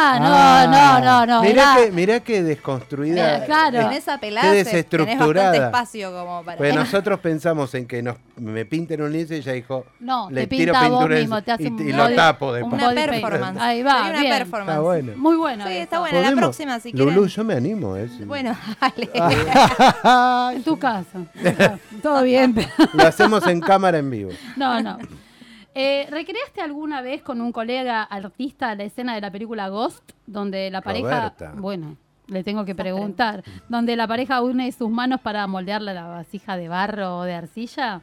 C: Ah, no, no, no, no.
D: Mirá
C: era-
D: que, mirá que desconstruida.
C: Eh, claro.
G: tenés a pelarse? Tenés bastante
D: desestructurada.
G: espacio como para...
D: Pues nosotros pensamos en que nos, me pinten un lienzo y ella dijo,
C: No,
D: le
C: te
D: tiro
C: pinta a vos
D: pintura
C: mismo,
D: en-
C: te hace
D: y,
C: un
D: y lo
C: body-
D: tapo después.
G: Una
C: body paint.
G: performance.
C: Ahí va,
G: Sería una
C: bien.
G: performance.
D: Está bueno.
C: Muy bueno.
G: Sí,
C: eso.
G: está buena. La
D: ¿Podemos?
G: próxima, si quieren,
D: Luz, yo me animo. eh. Es...
G: Bueno, dale.
D: Ah.
C: En tu casa. Todo bien. pero-
D: Lo hacemos en cámara en vivo.
C: No, no. Eh, ¿Recreaste alguna vez con un colega artista la escena de la película Ghost, donde la pareja...
D: Roberta.
C: Bueno, le tengo que preguntar. Donde la pareja une sus manos para moldear la- la vasija de barro o de arcilla.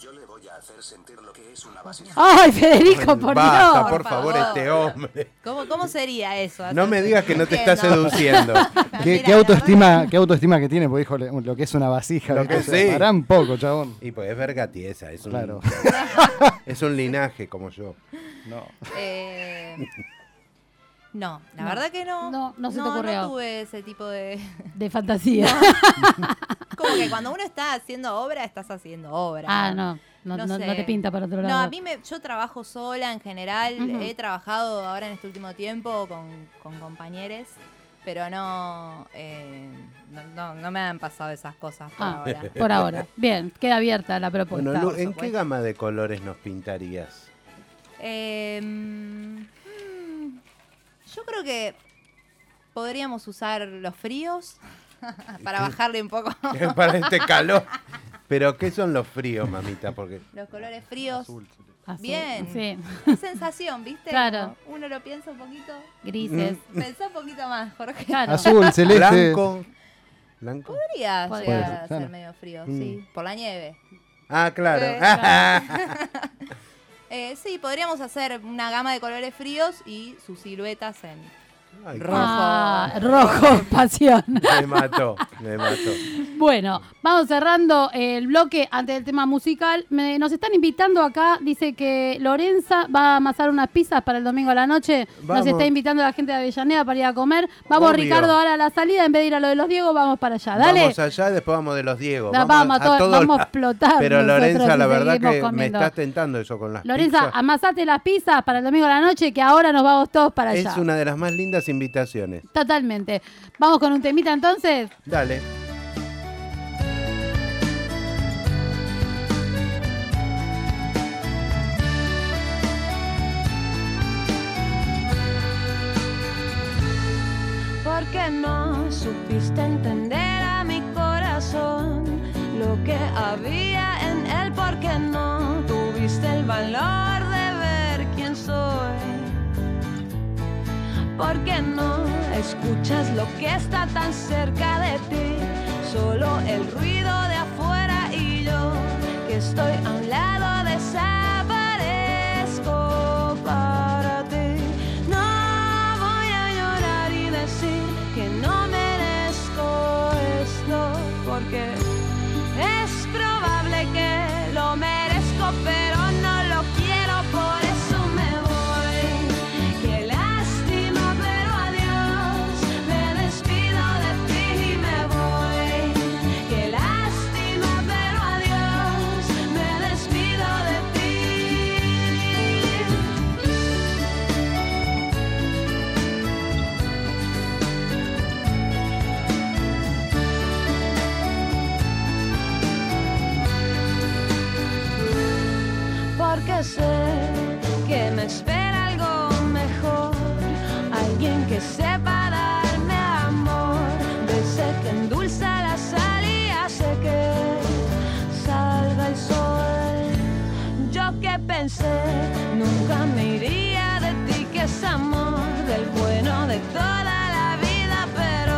I: Yo le voy a hacer sentir lo que es una base.
C: ¡Ay, Federico, por
D: Basta,
C: Dios!
D: por favor, este hombre.
G: ¿Cómo, ¿Cómo sería eso?
D: No me digas que no te está
G: Entiendo.
D: seduciendo.
F: ¿Qué, qué autoestima, ¿Qué autoestima que tiene? Porque dijo le- lo que es una vasija.
D: Lo
F: ¿viste?
D: que
F: O sea,
D: sí.
F: Pará un poco, chabón.
D: Y pues es verga tiesa, es un,
F: Claro.
D: es un linaje como yo.
F: No.
G: Eh, no, la
C: No.
G: verdad que no.
C: No, no se te
G: no
C: ocurrió.
G: tuve ese tipo de...
C: De fantasía.
G: Como que cuando uno está haciendo obra, estás haciendo obra.
C: Ah, no. No, no-
G: sé.
C: no te pinta para otro lado.
G: No, a mí me, yo trabajo sola en general.
C: Ujú.
G: He trabajado ahora en este último tiempo con, con compañeros, pero no, eh, no, no- no me han pasado esas cosas por
C: Ah.
G: ahora.
C: Por ahora. Bien, queda abierta la propuesta.
D: Bueno, eh. Lu,
G: por
D: ¿en qué
G: supuesto.
D: gama de colores nos pintarías?
G: Eh, mm, mm, yo creo que podríamos usar los fríos para bajarle un poco
D: Para este calor. Pero ¿qué son los fríos, mamita? Porque
G: los colores fríos.
C: Azul.
G: Bien.
C: Sí.
G: Sensación, ¿viste?
C: Claro.
G: Como Uno lo piensa un poquito.
C: Grises.
D: Mm.
G: Pensá un poquito más, Jorge.
C: Claro.
F: Azul, celeste.
D: blanco. Blanco.
G: Podría
C: Podría.
G: llegar
F: Puede
G: a
F: ser,
G: ser
F: claro.
G: medio frío,
D: Mm.
G: sí. Por la nieve.
D: Ah, claro.
G: Eh, Eh, sí, podríamos hacer una gama de colores fríos y sus siluetas en.
D: Ay,
C: Ah, rojo, pasión.
D: me mató, me mató.
C: Bueno, vamos cerrando el bloque antes del tema musical. Me- nos están invitando acá, dice que Lorenza va a amasar unas pizzas para el domingo a la noche.
D: Vamos.
C: Nos está invitando la gente de Avellaneda para ir a comer. Vamos,
D: Obvio.
C: Ricardo, ahora a la salida, en vez de ir a lo de los Diego, vamos para allá. Ah, Dale.
D: Vamos allá, después vamos de los Diego.
C: La- vamos a
D: a
C: to-
D: todo-
C: vamos a explotar
D: Pero
C: nosotros
D: Lorenza,
C: si
D: la verdad
C: seguimos
D: que me
C: comiendo.
D: estás tentando eso con las
C: Lorenza,
D: pizzas.
C: amasate las pizzas para el domingo a la noche, que ahora nos vamos todos para allá.
D: Es una de las más lindas invitaciones.
C: Totalmente. Vamos con un temita entonces.
D: Dale.
H: porque no supiste entender a mi corazón lo que había en él, porque no tuviste el valor de ver quién soy, porque no escuchas lo que está tan cerca de ti, solo el ruido de afuera y yo que estoy a un lado desaparezco para ti. No voy a llorar y decir que no merezco esto porque es probable que lo merezco pero no lo quiero por eso me voy. Qué lástima pero adiós me despido de ti y me voy. Qué lástima pero adiós me despido de ti. porque sé que me espera algo mejor, alguien que sepa darme amor, desde que endulza la sal y hace que salga el sol. Yo que pensé, nunca me iría de ti, que es amor del bueno de toda la vida, pero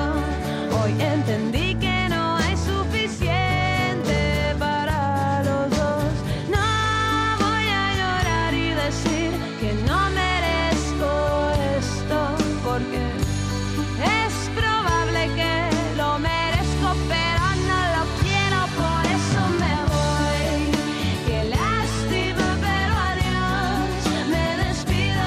H: hoy entendí que no hay suficiente para los dos. No voy a llorar y decir que no merezco esto, porque es probable que lo merezco, pero no lo quiero, por eso me voy. Qué lástima, pero adiós, me despido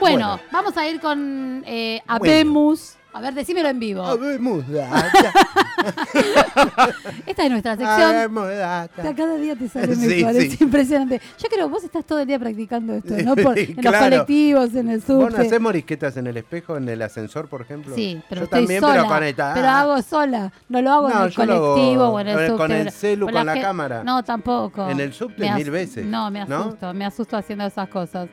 C: Bueno, vamos a ir con eh, Abemus. A ver, decímelo en vivo.
D: Abemus.
C: Esta es nuestra sección.
D: Abemus,
C: Que a cada día te sale
D: Sí,
C: mejor.
D: sí.
C: Es impresionante. Yo creo que vos estás todo el día practicando esto, ¿no? Por- en los
D: Claro.
C: colectivos, en el
D: ¿Vos no
C: subte.
D: hacés morisquetas en el espejo, en el ascensor, por ejemplo?
C: Sí, pero
D: Yo
C: estoy
D: también,
C: sola.
D: pero con esta.
C: Pero
D: ah,
C: hago sola. No lo hago en
D: No,
C: el
D: yo lo hago
C: colectivo o en el
D: con el-
C: subte.
D: con el
C: pero-
D: celu,
C: pero
D: con la
C: gen-
D: cámara.
C: No, tampoco.
D: En el subte
C: Me as-
D: mil veces,
C: No, me
D: ¿no? Eh,
C: asusto. Me asusto haciendo esas cosas.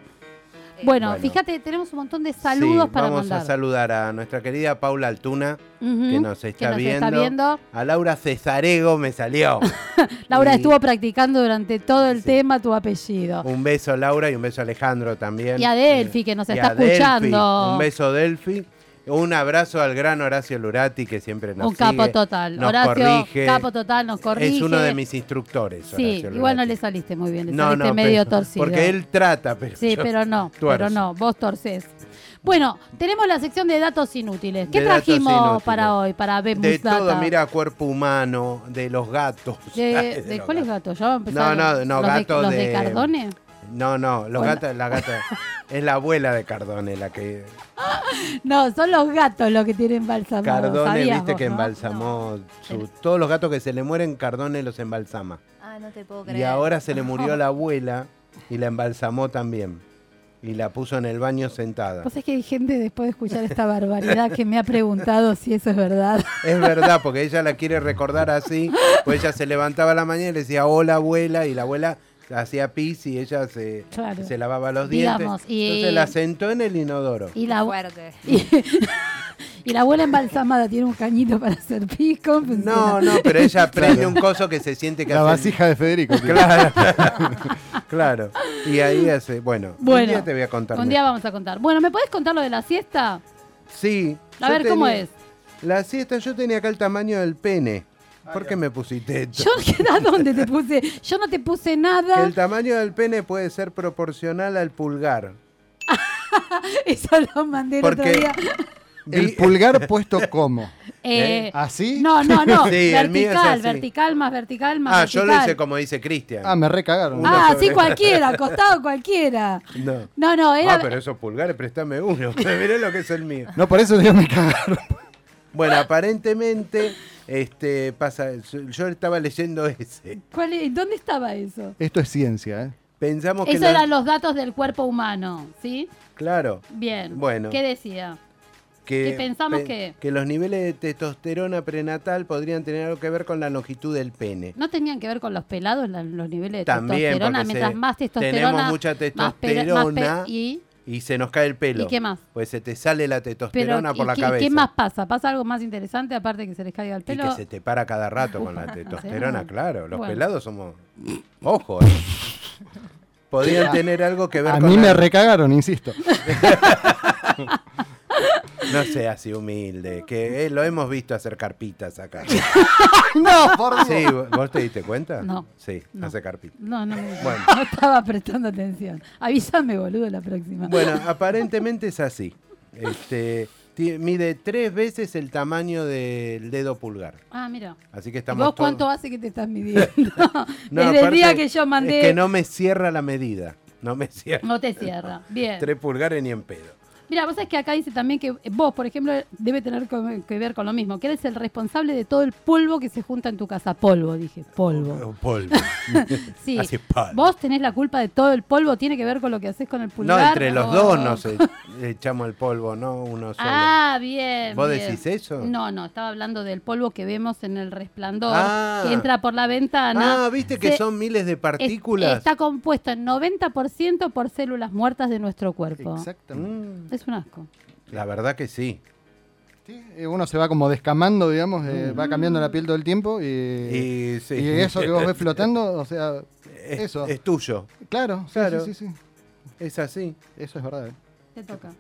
C: Bueno,
D: Bueno.
C: fíjate, tenemos un montón de
D: sí,
C: saludos para
D: vamos
C: mandar.
D: a saludar a nuestra querida Paula Altuna,
C: Ujú,
D: que nos, está,
C: nos
D: viendo.
C: está viendo.
D: A Laura Cesarego me salió.
C: Laura
D: Y-
C: estuvo practicando durante todo el tema tu apellido.
D: un beso Laura y un beso Alejandro también.
C: Y a Delphi, que nos
D: Y
C: está
D: a Delphi,
C: escuchando.
D: Un beso Delphi. Un abrazo al gran Horacio Lurati, que siempre nos
C: Un capo
D: sigue,
C: total.
D: nos
C: Horacio,
D: corrige.
C: capo total, nos corrige.
D: Es uno de mis instructores.
C: Sí,
D: Horacio
C: igual no
D: Lurati.
C: le saliste muy bien, le
D: No,
C: saliste
D: no,
C: medio
D: pero-
C: torcido.
D: Porque él trata, pero.
C: Sí,
D: yo
C: pero no,
D: tuerzo.
C: pero no, vos torcés. Bueno, tenemos la sección de datos inútiles. ¿Qué
D: De datos
C: trajimos
D: inútiles.
C: para hoy, para ver
D: De todo, mira, cuerpo humano, de los gatos.
C: ¿De, de
D: los
C: cuáles gatos? ¿Ya vamos a
D: No,
C: empezar?
D: no, no,
C: ¿Los
D: gatos
C: de, los de
D: de-
C: Cardone?
D: No, no, los
C: Bueno.
D: gatos, la gata. es la abuela de Cardone, la que.
C: No, son los gatos los que tienen balsamados.
D: Cardone,
C: ¿sabías
D: viste
C: vos,
D: que
C: no?
D: embalsamó. su- todos los gatos que se le mueren, Cardone los embalsama.
G: Ah, no te puedo creer.
D: Y ahora se le murió la abuela y la embalsamó también. Y la puso en el baño sentada.
C: Vos sabés que hay gente después de escuchar esta barbaridad que me ha preguntado si eso es verdad.
D: Es verdad, porque ella la quiere recordar así. Pues ella se levantaba a la mañana y le decía, hola abuela, y la abuela hacía pis y ella se,
C: Claro.
D: se lavaba los dientes.
C: Digamos, y-
D: Entonces la sentó en el inodoro.
C: Y la, Y, y la abuela embalsamada tiene un cañito para hacer pisco.
D: No, no, pero ella prende un coso que se siente que
F: La
D: hace-
F: vasija de Federico. tío.
D: Claro. claro. Y ahí hace, bueno,
C: Bueno,
D: un día te voy a contar.
C: Un día vamos a contar. Bueno, ¿me podés contar lo de la siesta?
D: Sí.
C: A
D: yo
C: ver, ¿cómo
D: tenía-
C: es?
D: La siesta yo tenía acá el tamaño del pene. ¿Por qué me pusiste esto?
C: Yo, ¿a dónde te puse? Yo no te puse
D: Que
C: nada.
D: el tamaño del pene puede ser proporcional al pulgar.
C: Eso lo mandé el otro
D: Porque-
C: día.
F: El pulgar puesto como.
C: Eh,
F: ¿Así?
C: No, no, no.
D: ¿Ah, Sí, el mío es
C: vertical,
D: así.
C: vertical, más vertical, más
D: ah,
C: vertical.
D: yo lo hice como dice Cristian.
F: Ah, me recagaron.
C: Ah,
D: Uno
C: sí,
D: sobre-
C: cualquiera, acostado cualquiera.
D: No.
C: No, no, era.
D: Ah, pero esos pulgares, préstame uno. Mirá lo que es el mío.
F: No, por eso digo me cagaron.
D: Bueno, aparentemente, este pasa. Yo estaba leyendo ese.
C: ¿cuál es? ¿Dónde estaba eso?
F: Esto es ciencia, ¿eh?
D: Pensamos que.
C: Eso
D: la-
C: eran los datos del cuerpo humano, ¿sí?
D: Claro.
C: Bien.
D: Bueno.
C: ¿Qué decía?
D: Que,
C: que pensamos
D: pe-
C: que-
D: Que los niveles de testosterona prenatal podrían tener algo que ver con la longitud del pene.
C: ¿No tenían que ver con los pelados la- los niveles de
D: También,
C: testosterona?
D: porque
C: Mientras
D: se-
C: más testosterona.
D: tenemos mucha
C: más pe- más pe-
D: testosterona.
C: y,
D: Y se nos cae el pelo.
C: ¿Y qué más?
D: Pues se te sale la
C: pero,
D: testosterona
C: ¿y
D: por la
C: qué, y
D: cabeza.
C: qué más pasa? ¿Pasa algo más interesante aparte de que se les caiga el
D: Y
C: pelo?
D: que se te para cada rato con la testosterona, claro. Los
C: Bueno.
D: pelados somos. Ojo, eh. Podrían tener algo que ver
F: A
D: con.
F: mí
D: la-
F: me recagaron, insisto.
D: No seas así humilde, que eh, lo hemos visto hacer carpitas acá.
F: no, por Dios.
D: Sí, ¿vo- ¿vos te diste cuenta?
C: No.
D: Sí,
C: No.
D: hace carpitas.
C: No, no, me-
D: Bueno.
C: no estaba prestando atención. Avísame, boludo, la próxima.
D: Bueno, aparentemente es así. Este, ti- mide tres veces el tamaño del dedo pulgar.
C: Ah, mira.
D: Así que
C: ¿Y
D: estamos.
C: ¿Vos
D: todos-
C: cuánto hace que te estás midiendo?
D: No,
C: Desde el
D: aparte,
C: día que yo mandé.
D: Es que no me cierra la medida. No me cierra.
C: No te cierra. Bien.
D: Tres pulgares ni en pedo.
C: Mira, vos sabés que acá dice también que vos, por ejemplo, debe tener co- que ver con lo mismo, que eres el responsable de todo el polvo que se junta en tu casa. Polvo, dije, polvo.
F: Oh,
D: Polvo.
C: Sí.
D: Hace polvo.
C: Vos tenés la culpa de todo el polvo, tiene que ver con lo que haces con el pulgar.
D: No, entre los
C: o-
D: dos nos e- echamos el polvo, no uno solo.
C: Ah, bien.
D: ¿Vos
C: bien.
D: decís eso?
C: No, no, estaba hablando del polvo que vemos en el resplandor,
D: Ah.
C: que entra por la ventana.
D: Ah, viste que
C: Se-
D: son miles de
C: es-
D: partículas.
C: Está compuesto en 90% por células muertas de nuestro cuerpo.
F: Exactamente.
C: Es un asco.
D: Mm, La verdad que sí.
F: Sí, eh, uno se va como descamando, digamos, eh, va cambiando la piel todo el tiempo y,
D: Y, sí.
F: y eso que vos ves flotando, o sea,
D: es,
F: eso.
D: es tuyo.
F: claro, sí,
D: Claro.
F: sí, sí, sí,
D: Es así.
F: eso es verdad. eh.
C: Te toca.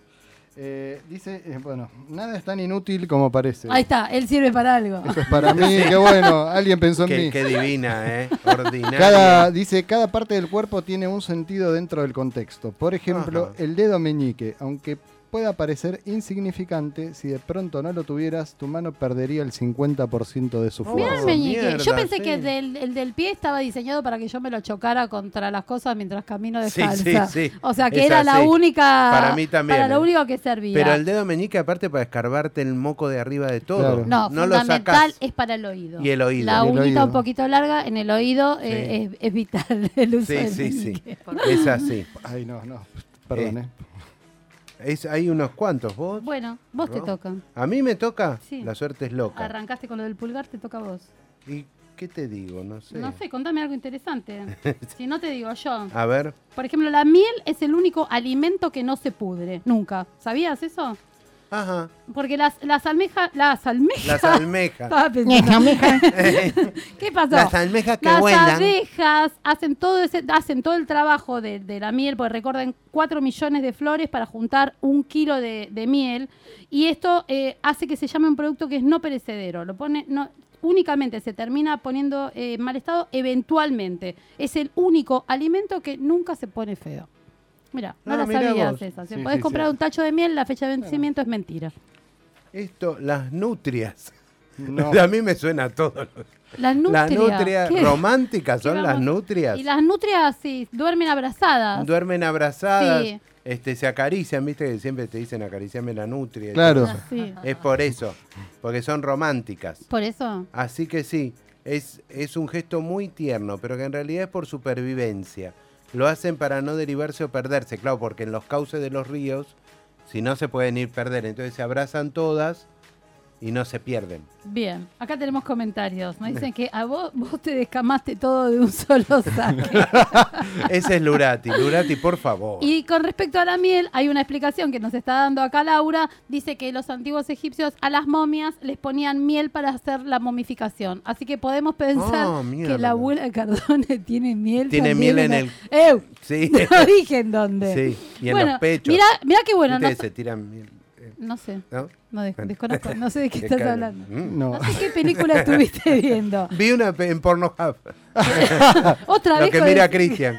F: Eh, dice, eh, bueno, nada es tan inútil como parece.
C: Ahí está, él sirve para algo.
F: Eso es para mí, qué bueno, alguien pensó en
D: Qué,
F: mí.
D: qué divina, ¿eh? Ordinaria.
F: Cada, dice, cada parte del cuerpo tiene un sentido dentro del contexto. Por ejemplo,
D: Ajá.
F: el dedo meñique, aunque pueda parecer insignificante, si de pronto no lo tuvieras, tu mano perdería el 50% de su
C: Mirá el
F: fuerza.
C: meñique. yo pensé que del- el del pie estaba diseñado para que yo me lo chocara contra las cosas mientras camino de
D: Sí,
C: falsa.
D: sí, sí.
C: O sea, que
D: Es
C: era la
D: así.
C: única.
D: Para mí también,
C: Para
D: ¿eh?
C: lo único que servía.
D: Pero el dedo meñique, aparte, para escarbarte el moco de arriba de todo.
F: Claro.
C: No,
D: lo
C: fundamental
D: sacas.
C: es para el oído.
D: Y el oído.
C: La
D: Y el
C: uñita
D: oído.
C: un poquito larga en el oído
D: Sí.
C: eh, es, es vital el uso
D: Sí,
C: del
D: sí, sí.
C: meñique.
D: Es así.
F: Ay, no, no. Perdón,
D: Eh, es, hay unos cuantos, vos.
C: Bueno, vos te
D: ¿No?
C: toca.
D: ¿A mí me toca?
C: Sí.
D: La suerte es loca.
C: Arrancaste con lo del pulgar, te toca a vos.
D: ¿Y qué te digo? No sé.
C: No sé, contame algo interesante. si no te digo yo.
D: A ver.
C: Por ejemplo, la miel es el único alimento que no se pudre, nunca. ¿Sabías eso?
D: Ajá.
C: Porque las, las almejas, las almejas.
D: Las almejas.
C: Estaba pensando. ¿Qué pasó?
D: Las almejas que
C: Las
D: vuelan.
C: abejas hacen todo ese, hacen todo el trabajo de, de la miel, porque recuerden 4 millones de flores para juntar un kilo de, de miel. Y esto eh, hace que se llame un producto que es no perecedero. Lo pone, no, únicamente se termina poniendo eh, en mal estado eventualmente. Es el único alimento que nunca se pone feo. Mira, no
D: Ah,
C: la
D: mirá
C: sabías
D: vos.
C: esa. Si
D: Sí,
C: podés
D: sí,
C: comprar
D: sí.
C: un tacho de miel, la fecha de vencimiento es mentira.
D: Esto, las nutrias.
F: No.
D: A mí me suena todo.
C: Las
D: Las
C: nutrias.
D: nutrias
C: ¿Qué?
D: románticas son las
C: vamos?
D: nutrias.
C: Y las nutrias, sí, duermen abrazadas.
D: Duermen abrazadas,
C: Sí.
D: este, se acarician, viste que siempre te dicen acariciame la nutria.
F: Claro.
C: Ah, sí.
D: Es por eso, porque son románticas.
C: Por eso.
D: Así que sí, es, es un gesto muy tierno, pero que en realidad es por supervivencia. Lo hacen para no derivarse o perderse, claro, porque en los cauces de los ríos, si no se pueden ir perder, entonces se abrazan todas y no se pierden.
C: Bien, acá tenemos comentarios. Nos dicen que a vos, vos te descamaste todo de un solo saque.
D: Ese es Lurati, Lurati, por favor.
C: y con respecto a la miel, hay una explicación que nos está dando acá Laura. Dice que los antiguos egipcios a las momias les ponían miel para hacer la momificación. Así que podemos pensar
D: Ah,
C: que
D: mierda.
C: la abuela de Cardone tiene miel.
D: Tiene
C: también
D: miel en
C: la-
D: el-
C: ¡Ew!
D: Sí.
C: No dije en dónde.
D: Sí, y en
C: Bueno,
D: los pechos.
C: Mirá, mirá qué bueno.
D: Viste
C: No,
D: que se tiran bien, eh,
C: no sé.
D: ¿no?
C: No, de-
D: Bueno.
C: desconozco, no sé de qué
D: Qué
C: estás
D: caro.
C: hablando.
D: Mm.
F: No.
C: No sé qué película estuviste viendo.
D: Vi una pe- en Pornhub.
C: Otra
D: Lo
C: vez
D: que
C: con
D: mira
C: el-
D: Cristian.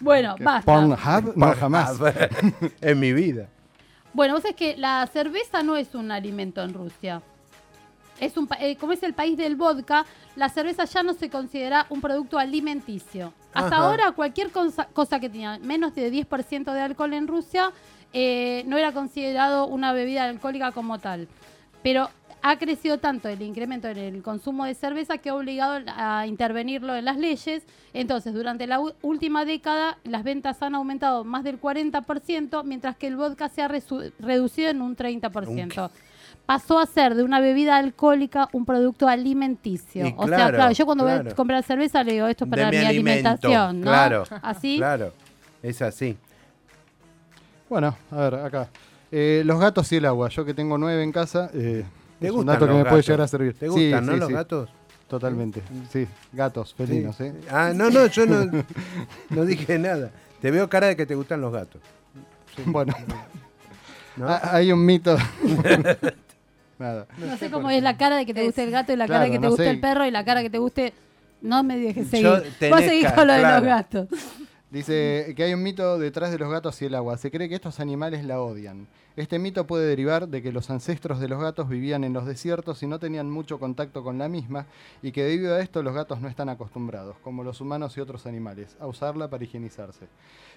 C: Bueno, basta.
F: Pornhub, no
D: Ah,
F: jamás.
D: Pornhub. en mi vida.
C: Bueno, vos sabés que la cerveza no es un alimento en Rusia. Es un, pa- eh, como es el país del vodka, la cerveza ya no se considera un producto alimenticio. Hasta
D: Ajá.
C: ahora, cualquier cosa, cosa que tenía menos de 10% de alcohol en Rusia eh, no era considerado una bebida alcohólica como tal. Pero ha crecido tanto el incremento en el consumo de cerveza que ha obligado a intervenirlo en las leyes. Entonces, durante la u- última década, las ventas han aumentado más del 40%, mientras que el vodka se ha resu- reducido en un 30%. Pasó a ser de una bebida alcohólica un producto alimenticio.
D: Y
C: o sea,
D: claro,
C: claro, yo cuando voy a
D: claro.
C: comprar cerveza le digo esto es para
D: De
C: mi
D: alimento,
C: alimentación, ¿no?
D: Claro.
C: Así.
D: Claro. Es así.
F: Bueno, a ver, acá. Eh, los gatos y el agua. Yo que tengo nueve en casa, eh,
D: ¿Te
F: es un
D: gustan
F: dato que
D: los
F: me puede
D: gatos?
F: llegar a servir.
D: ¿Te
F: Sí,
D: gustan, no,
F: sí,
D: los
F: sí,
D: gatos? Mm.
F: Totalmente. Sí, gatos,
D: Sí.
F: felinos, ¿eh?
D: Ah, no, no, yo no, no dije nada. Te veo cara de que te gustan los gatos.
F: Bueno,
D: ¿no?
F: Ah, hay un mito. Nada.
C: No sé cómo es la cara de que te guste el gato y la cara de
F: Claro,
C: que te
F: no
C: guste
F: sé.
C: el perro y la cara que te guste. No me dejes seguir.
D: Yo
C: Vos
D: tenés
C: seguís
D: ca-
C: con lo de los
D: claro.
C: gatos.
F: Dice que hay un mito detrás de los gatos y el agua. Se cree que estos animales la odian. Este mito puede derivar de que los ancestros de los gatos vivían en los desiertos y no tenían mucho contacto con la misma y que debido a esto los gatos no están acostumbrados, como los humanos y otros animales, a usarla para higienizarse.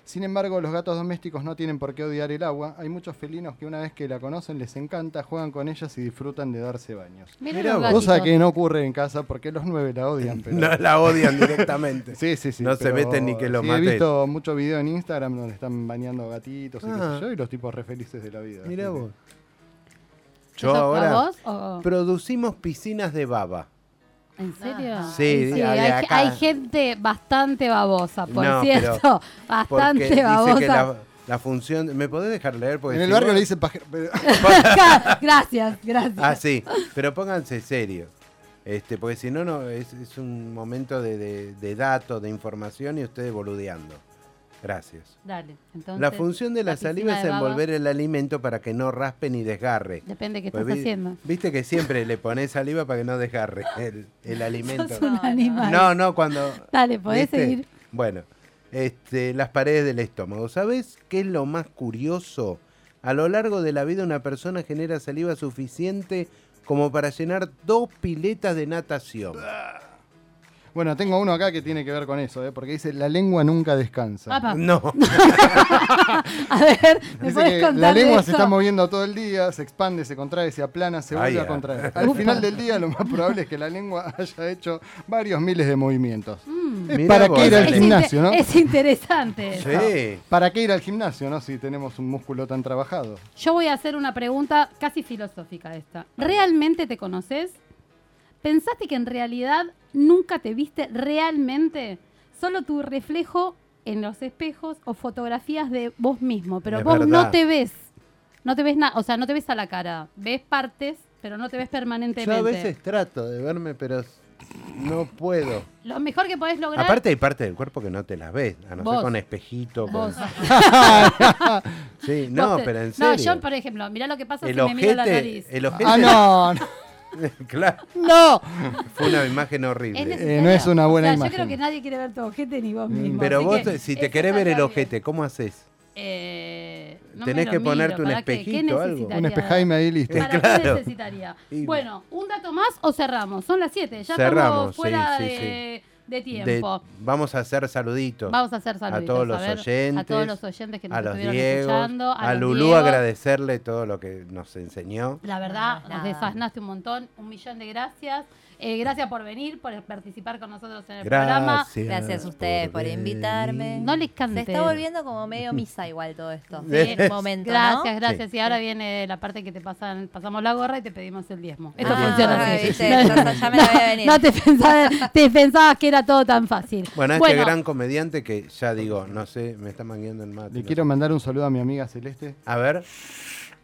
F: Sin embargo, los gatos domésticos no tienen por qué odiar el agua. Hay muchos felinos que una vez que la conocen les encanta, juegan con ellas y disfrutan de darse baños.
C: Mira
D: Mirá
C: los
D: vos.
C: gatitos.
F: Cosa que no ocurre en casa porque los nueve la odian. Pero...
D: No la odian directamente.
F: Sí, sí, sí.
D: No se
F: pero
D: meten ni que lo
F: sí, He
D: mates.
F: visto mucho video en Instagram donde están bañando gatitos y qué sé yo, y los tipos re felices de la vida.
D: Ah. Mirá
F: Sí, sí.
D: vos.
C: ¿Te
D: Yo
C: toca a
D: ahora
C: vos o-
D: producimos piscinas de baba.
C: ¿En serio?
D: Sí,
C: Ay,
D: de
C: hay, ge-
D: acá.
C: hay gente bastante babosa, por
D: No, pero-
C: cierto.
D: Porque
C: Bastante
D: dice
C: babosa.
D: que la, la función... ¿Me podés dejar leer? Porque
F: En
D: Pues
F: el
D: si
F: barrio
D: no-
F: le dicen pajero. pero-
C: gracias, gracias.
D: Ah, sí, pero pónganse serios. Este, porque si no, no es, es un momento de, de, de datos, de información y ustedes boludeando. Gracias.
C: Dale, entonces,
D: la función de la,
C: la
D: saliva
C: piscina
D: es
C: de baba-
D: envolver el alimento para que no raspe ni desgarre.
C: Depende de qué
D: Pues
C: estás
D: vi-
C: haciendo.
D: Viste que siempre le pones saliva para que no desgarre el, el alimento.
C: Sos un animal.
D: No, no, cuando.
C: Dale, podés seguir.
D: Bueno, este, las paredes del estómago. ¿Sabes qué es lo más curioso? A lo largo de la vida una persona genera saliva suficiente como para llenar dos piletas de natación.
C: Ah.
F: Bueno, tengo uno acá que tiene que ver con eso, ¿eh? porque dice, la lengua nunca descansa.
C: Apa.
D: No.
C: A ver, ¿me
F: Dice
C: puedes
F: que
C: contar
F: la
C: de
F: lengua
C: eso?
F: se está moviendo todo el día, se expande, se contrae, se aplana, se vuelve
D: Ay,
F: a
D: ah.
F: contraer. Al
D: Upa.
F: final del día lo más probable es que la lengua haya hecho varios miles de movimientos.
C: Mm.
F: Es
D: Mirá
F: ¿Para
D: vos. eh.
F: qué ir al
D: Es
C: Es
F: gimnasio,
C: inte-
F: no?
C: Es interesante. eso.
D: Sí.
F: ¿Para qué ir al gimnasio, no? Si tenemos un músculo tan trabajado.
C: Yo voy a hacer una pregunta casi filosófica esta. ¿Realmente te conoces? ¿Pensaste que en realidad nunca te viste realmente? Solo tu reflejo en los espejos o fotografías de vos mismo, pero
D: Es
C: vos no
D: verdad.
C: te ves. No te ves nada, o sea, no te ves a la cara. Ves partes, pero no te ves permanentemente.
D: Yo a veces trato de verme, pero no puedo.
C: Lo mejor que podés lograr
D: Aparte hay parte del cuerpo que no te las ves, a no
C: Vos.
D: ser con espejito. con-
C: vos.
D: Sí, no,
C: Vos te-
D: pero en
C: No,
D: serio.
C: yo, por ejemplo, mirá lo que pasa
D: el
C: si me miro la
D: ojete,
C: nariz.
D: el ojete-
F: Ah, no, no,
D: claro,
C: ¡No!
D: fue una imagen horrible.
C: Es
F: Eh, no es una
C: O
F: buena
C: sea,
F: imagen.
C: Yo creo que nadie quiere ver tu ojete ni vos mismo.
D: Mm, Pero
C: así
D: vos,
C: que
D: te- si te
C: eso
D: querés ver
C: está
D: el
C: bien.
D: ojete, ¿cómo haces?
C: Eh, no
D: Tenés
C: me lo
D: que
C: miro,
D: ponerte un
C: ¿para qué? ¿Qué
D: espejito o algo.
C: necesitaría?
F: un espejaime ahí listo.
C: ¿Para qué
D: Claro.
C: necesitaría?
D: Y-
C: Bueno, un dato más o cerramos. Son las 7. Ya
D: Cerramos,
C: estamos
D: sí,
C: fuera
D: sí,
C: de, de
D: De-
C: tiempo.
D: vamos a hacer saluditos.
C: Vamos a hacer saludos
D: a todos los oyentes,
C: a todos los oyentes que nos
D: a los
C: estuvieron
D: Diegos,
C: escuchando, a,
D: a,
C: los
D: Lulú
C: Diegos.
D: agradecerle todo lo que nos enseñó.
C: La verdad, nos
G: Nada.
C: desasnaste un montón. Un millón de gracias. Eh, gracias por venir, por participar con nosotros en el programa.
D: Gracias.
G: Gracias a ustedes por
D: venir.
G: invitarme.
C: No les
G: Se
C: cante.
G: está volviendo como medio misa igual todo esto.
D: Sí.
G: Sí, momento, ¿no?
C: Gracias, gracias. Y ahora viene la parte que te pasan, pasamos la gorra y te pedimos el diezmo. Esto
G: Ah,
C: funciona así.
G: viste, ya- ya me la voy a venir.
C: no te, pensabas, te pensabas que era todo tan fácil.
D: Bueno, a este gran comediante que ya digo, no sé, me está mangueando el mate.
F: Le
D: no
F: quiero mandar un saludo a mi amiga Celeste.
D: sé. A ver.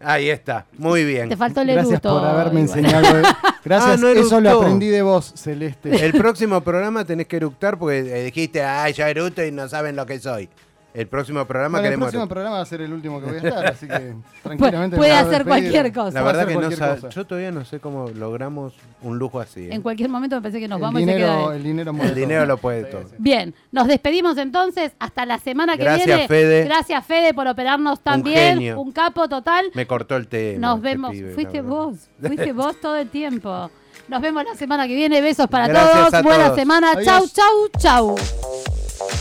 D: Ahí está. Muy bien.
C: te faltó el
F: Gracias
C: eruto.
F: por haberme
C: Igual.
F: enseñado. eh. Gracias,
D: Ah, no
F: eso lo
D: eructó.
F: aprendí de vos, Celeste.
D: El próximo programa tenés que eructar porque eh, dijiste, ay, ya eructo y no saben lo que soy. El próximo programa
F: Bueno, el
D: queremos
F: próximo
D: eructar.
F: programa va a ser el último que voy a estar, así que
C: Pu-
F: tranquilamente.
C: Puede
F: me puedo
C: hacer
F: despedir.
C: cualquier cosa.
D: La verdad que no
F: Hacer
D: sab-
F: cualquier cosa.
D: yo todavía no sé cómo logramos un lujo así. ¿eh?
C: En cualquier momento me pensé que nos
F: el,
C: vamos y se
F: dinero,
C: queda. él.
F: el dinero mueve
D: El dinero
F: todo.
D: lo puede todo.
C: Bien, nos despedimos entonces. Hasta la semana que
D: Gracias,
C: viene.
D: Fede.
C: Gracias, Fede, por operarnos tan
D: Un
C: bien.
D: genio.
C: Un capo total.
D: Me cortó el tema.
C: Nos
D: este
C: vemos.
D: pibe, la
C: fuiste
D: verdad.
C: vos. Fuiste vos todo el tiempo. Nos vemos la semana que viene. Besos para
D: Gracias
C: todos.
D: a
C: Buena
D: todos.
C: semana.
F: Adiós.
C: Chau, chau, chau.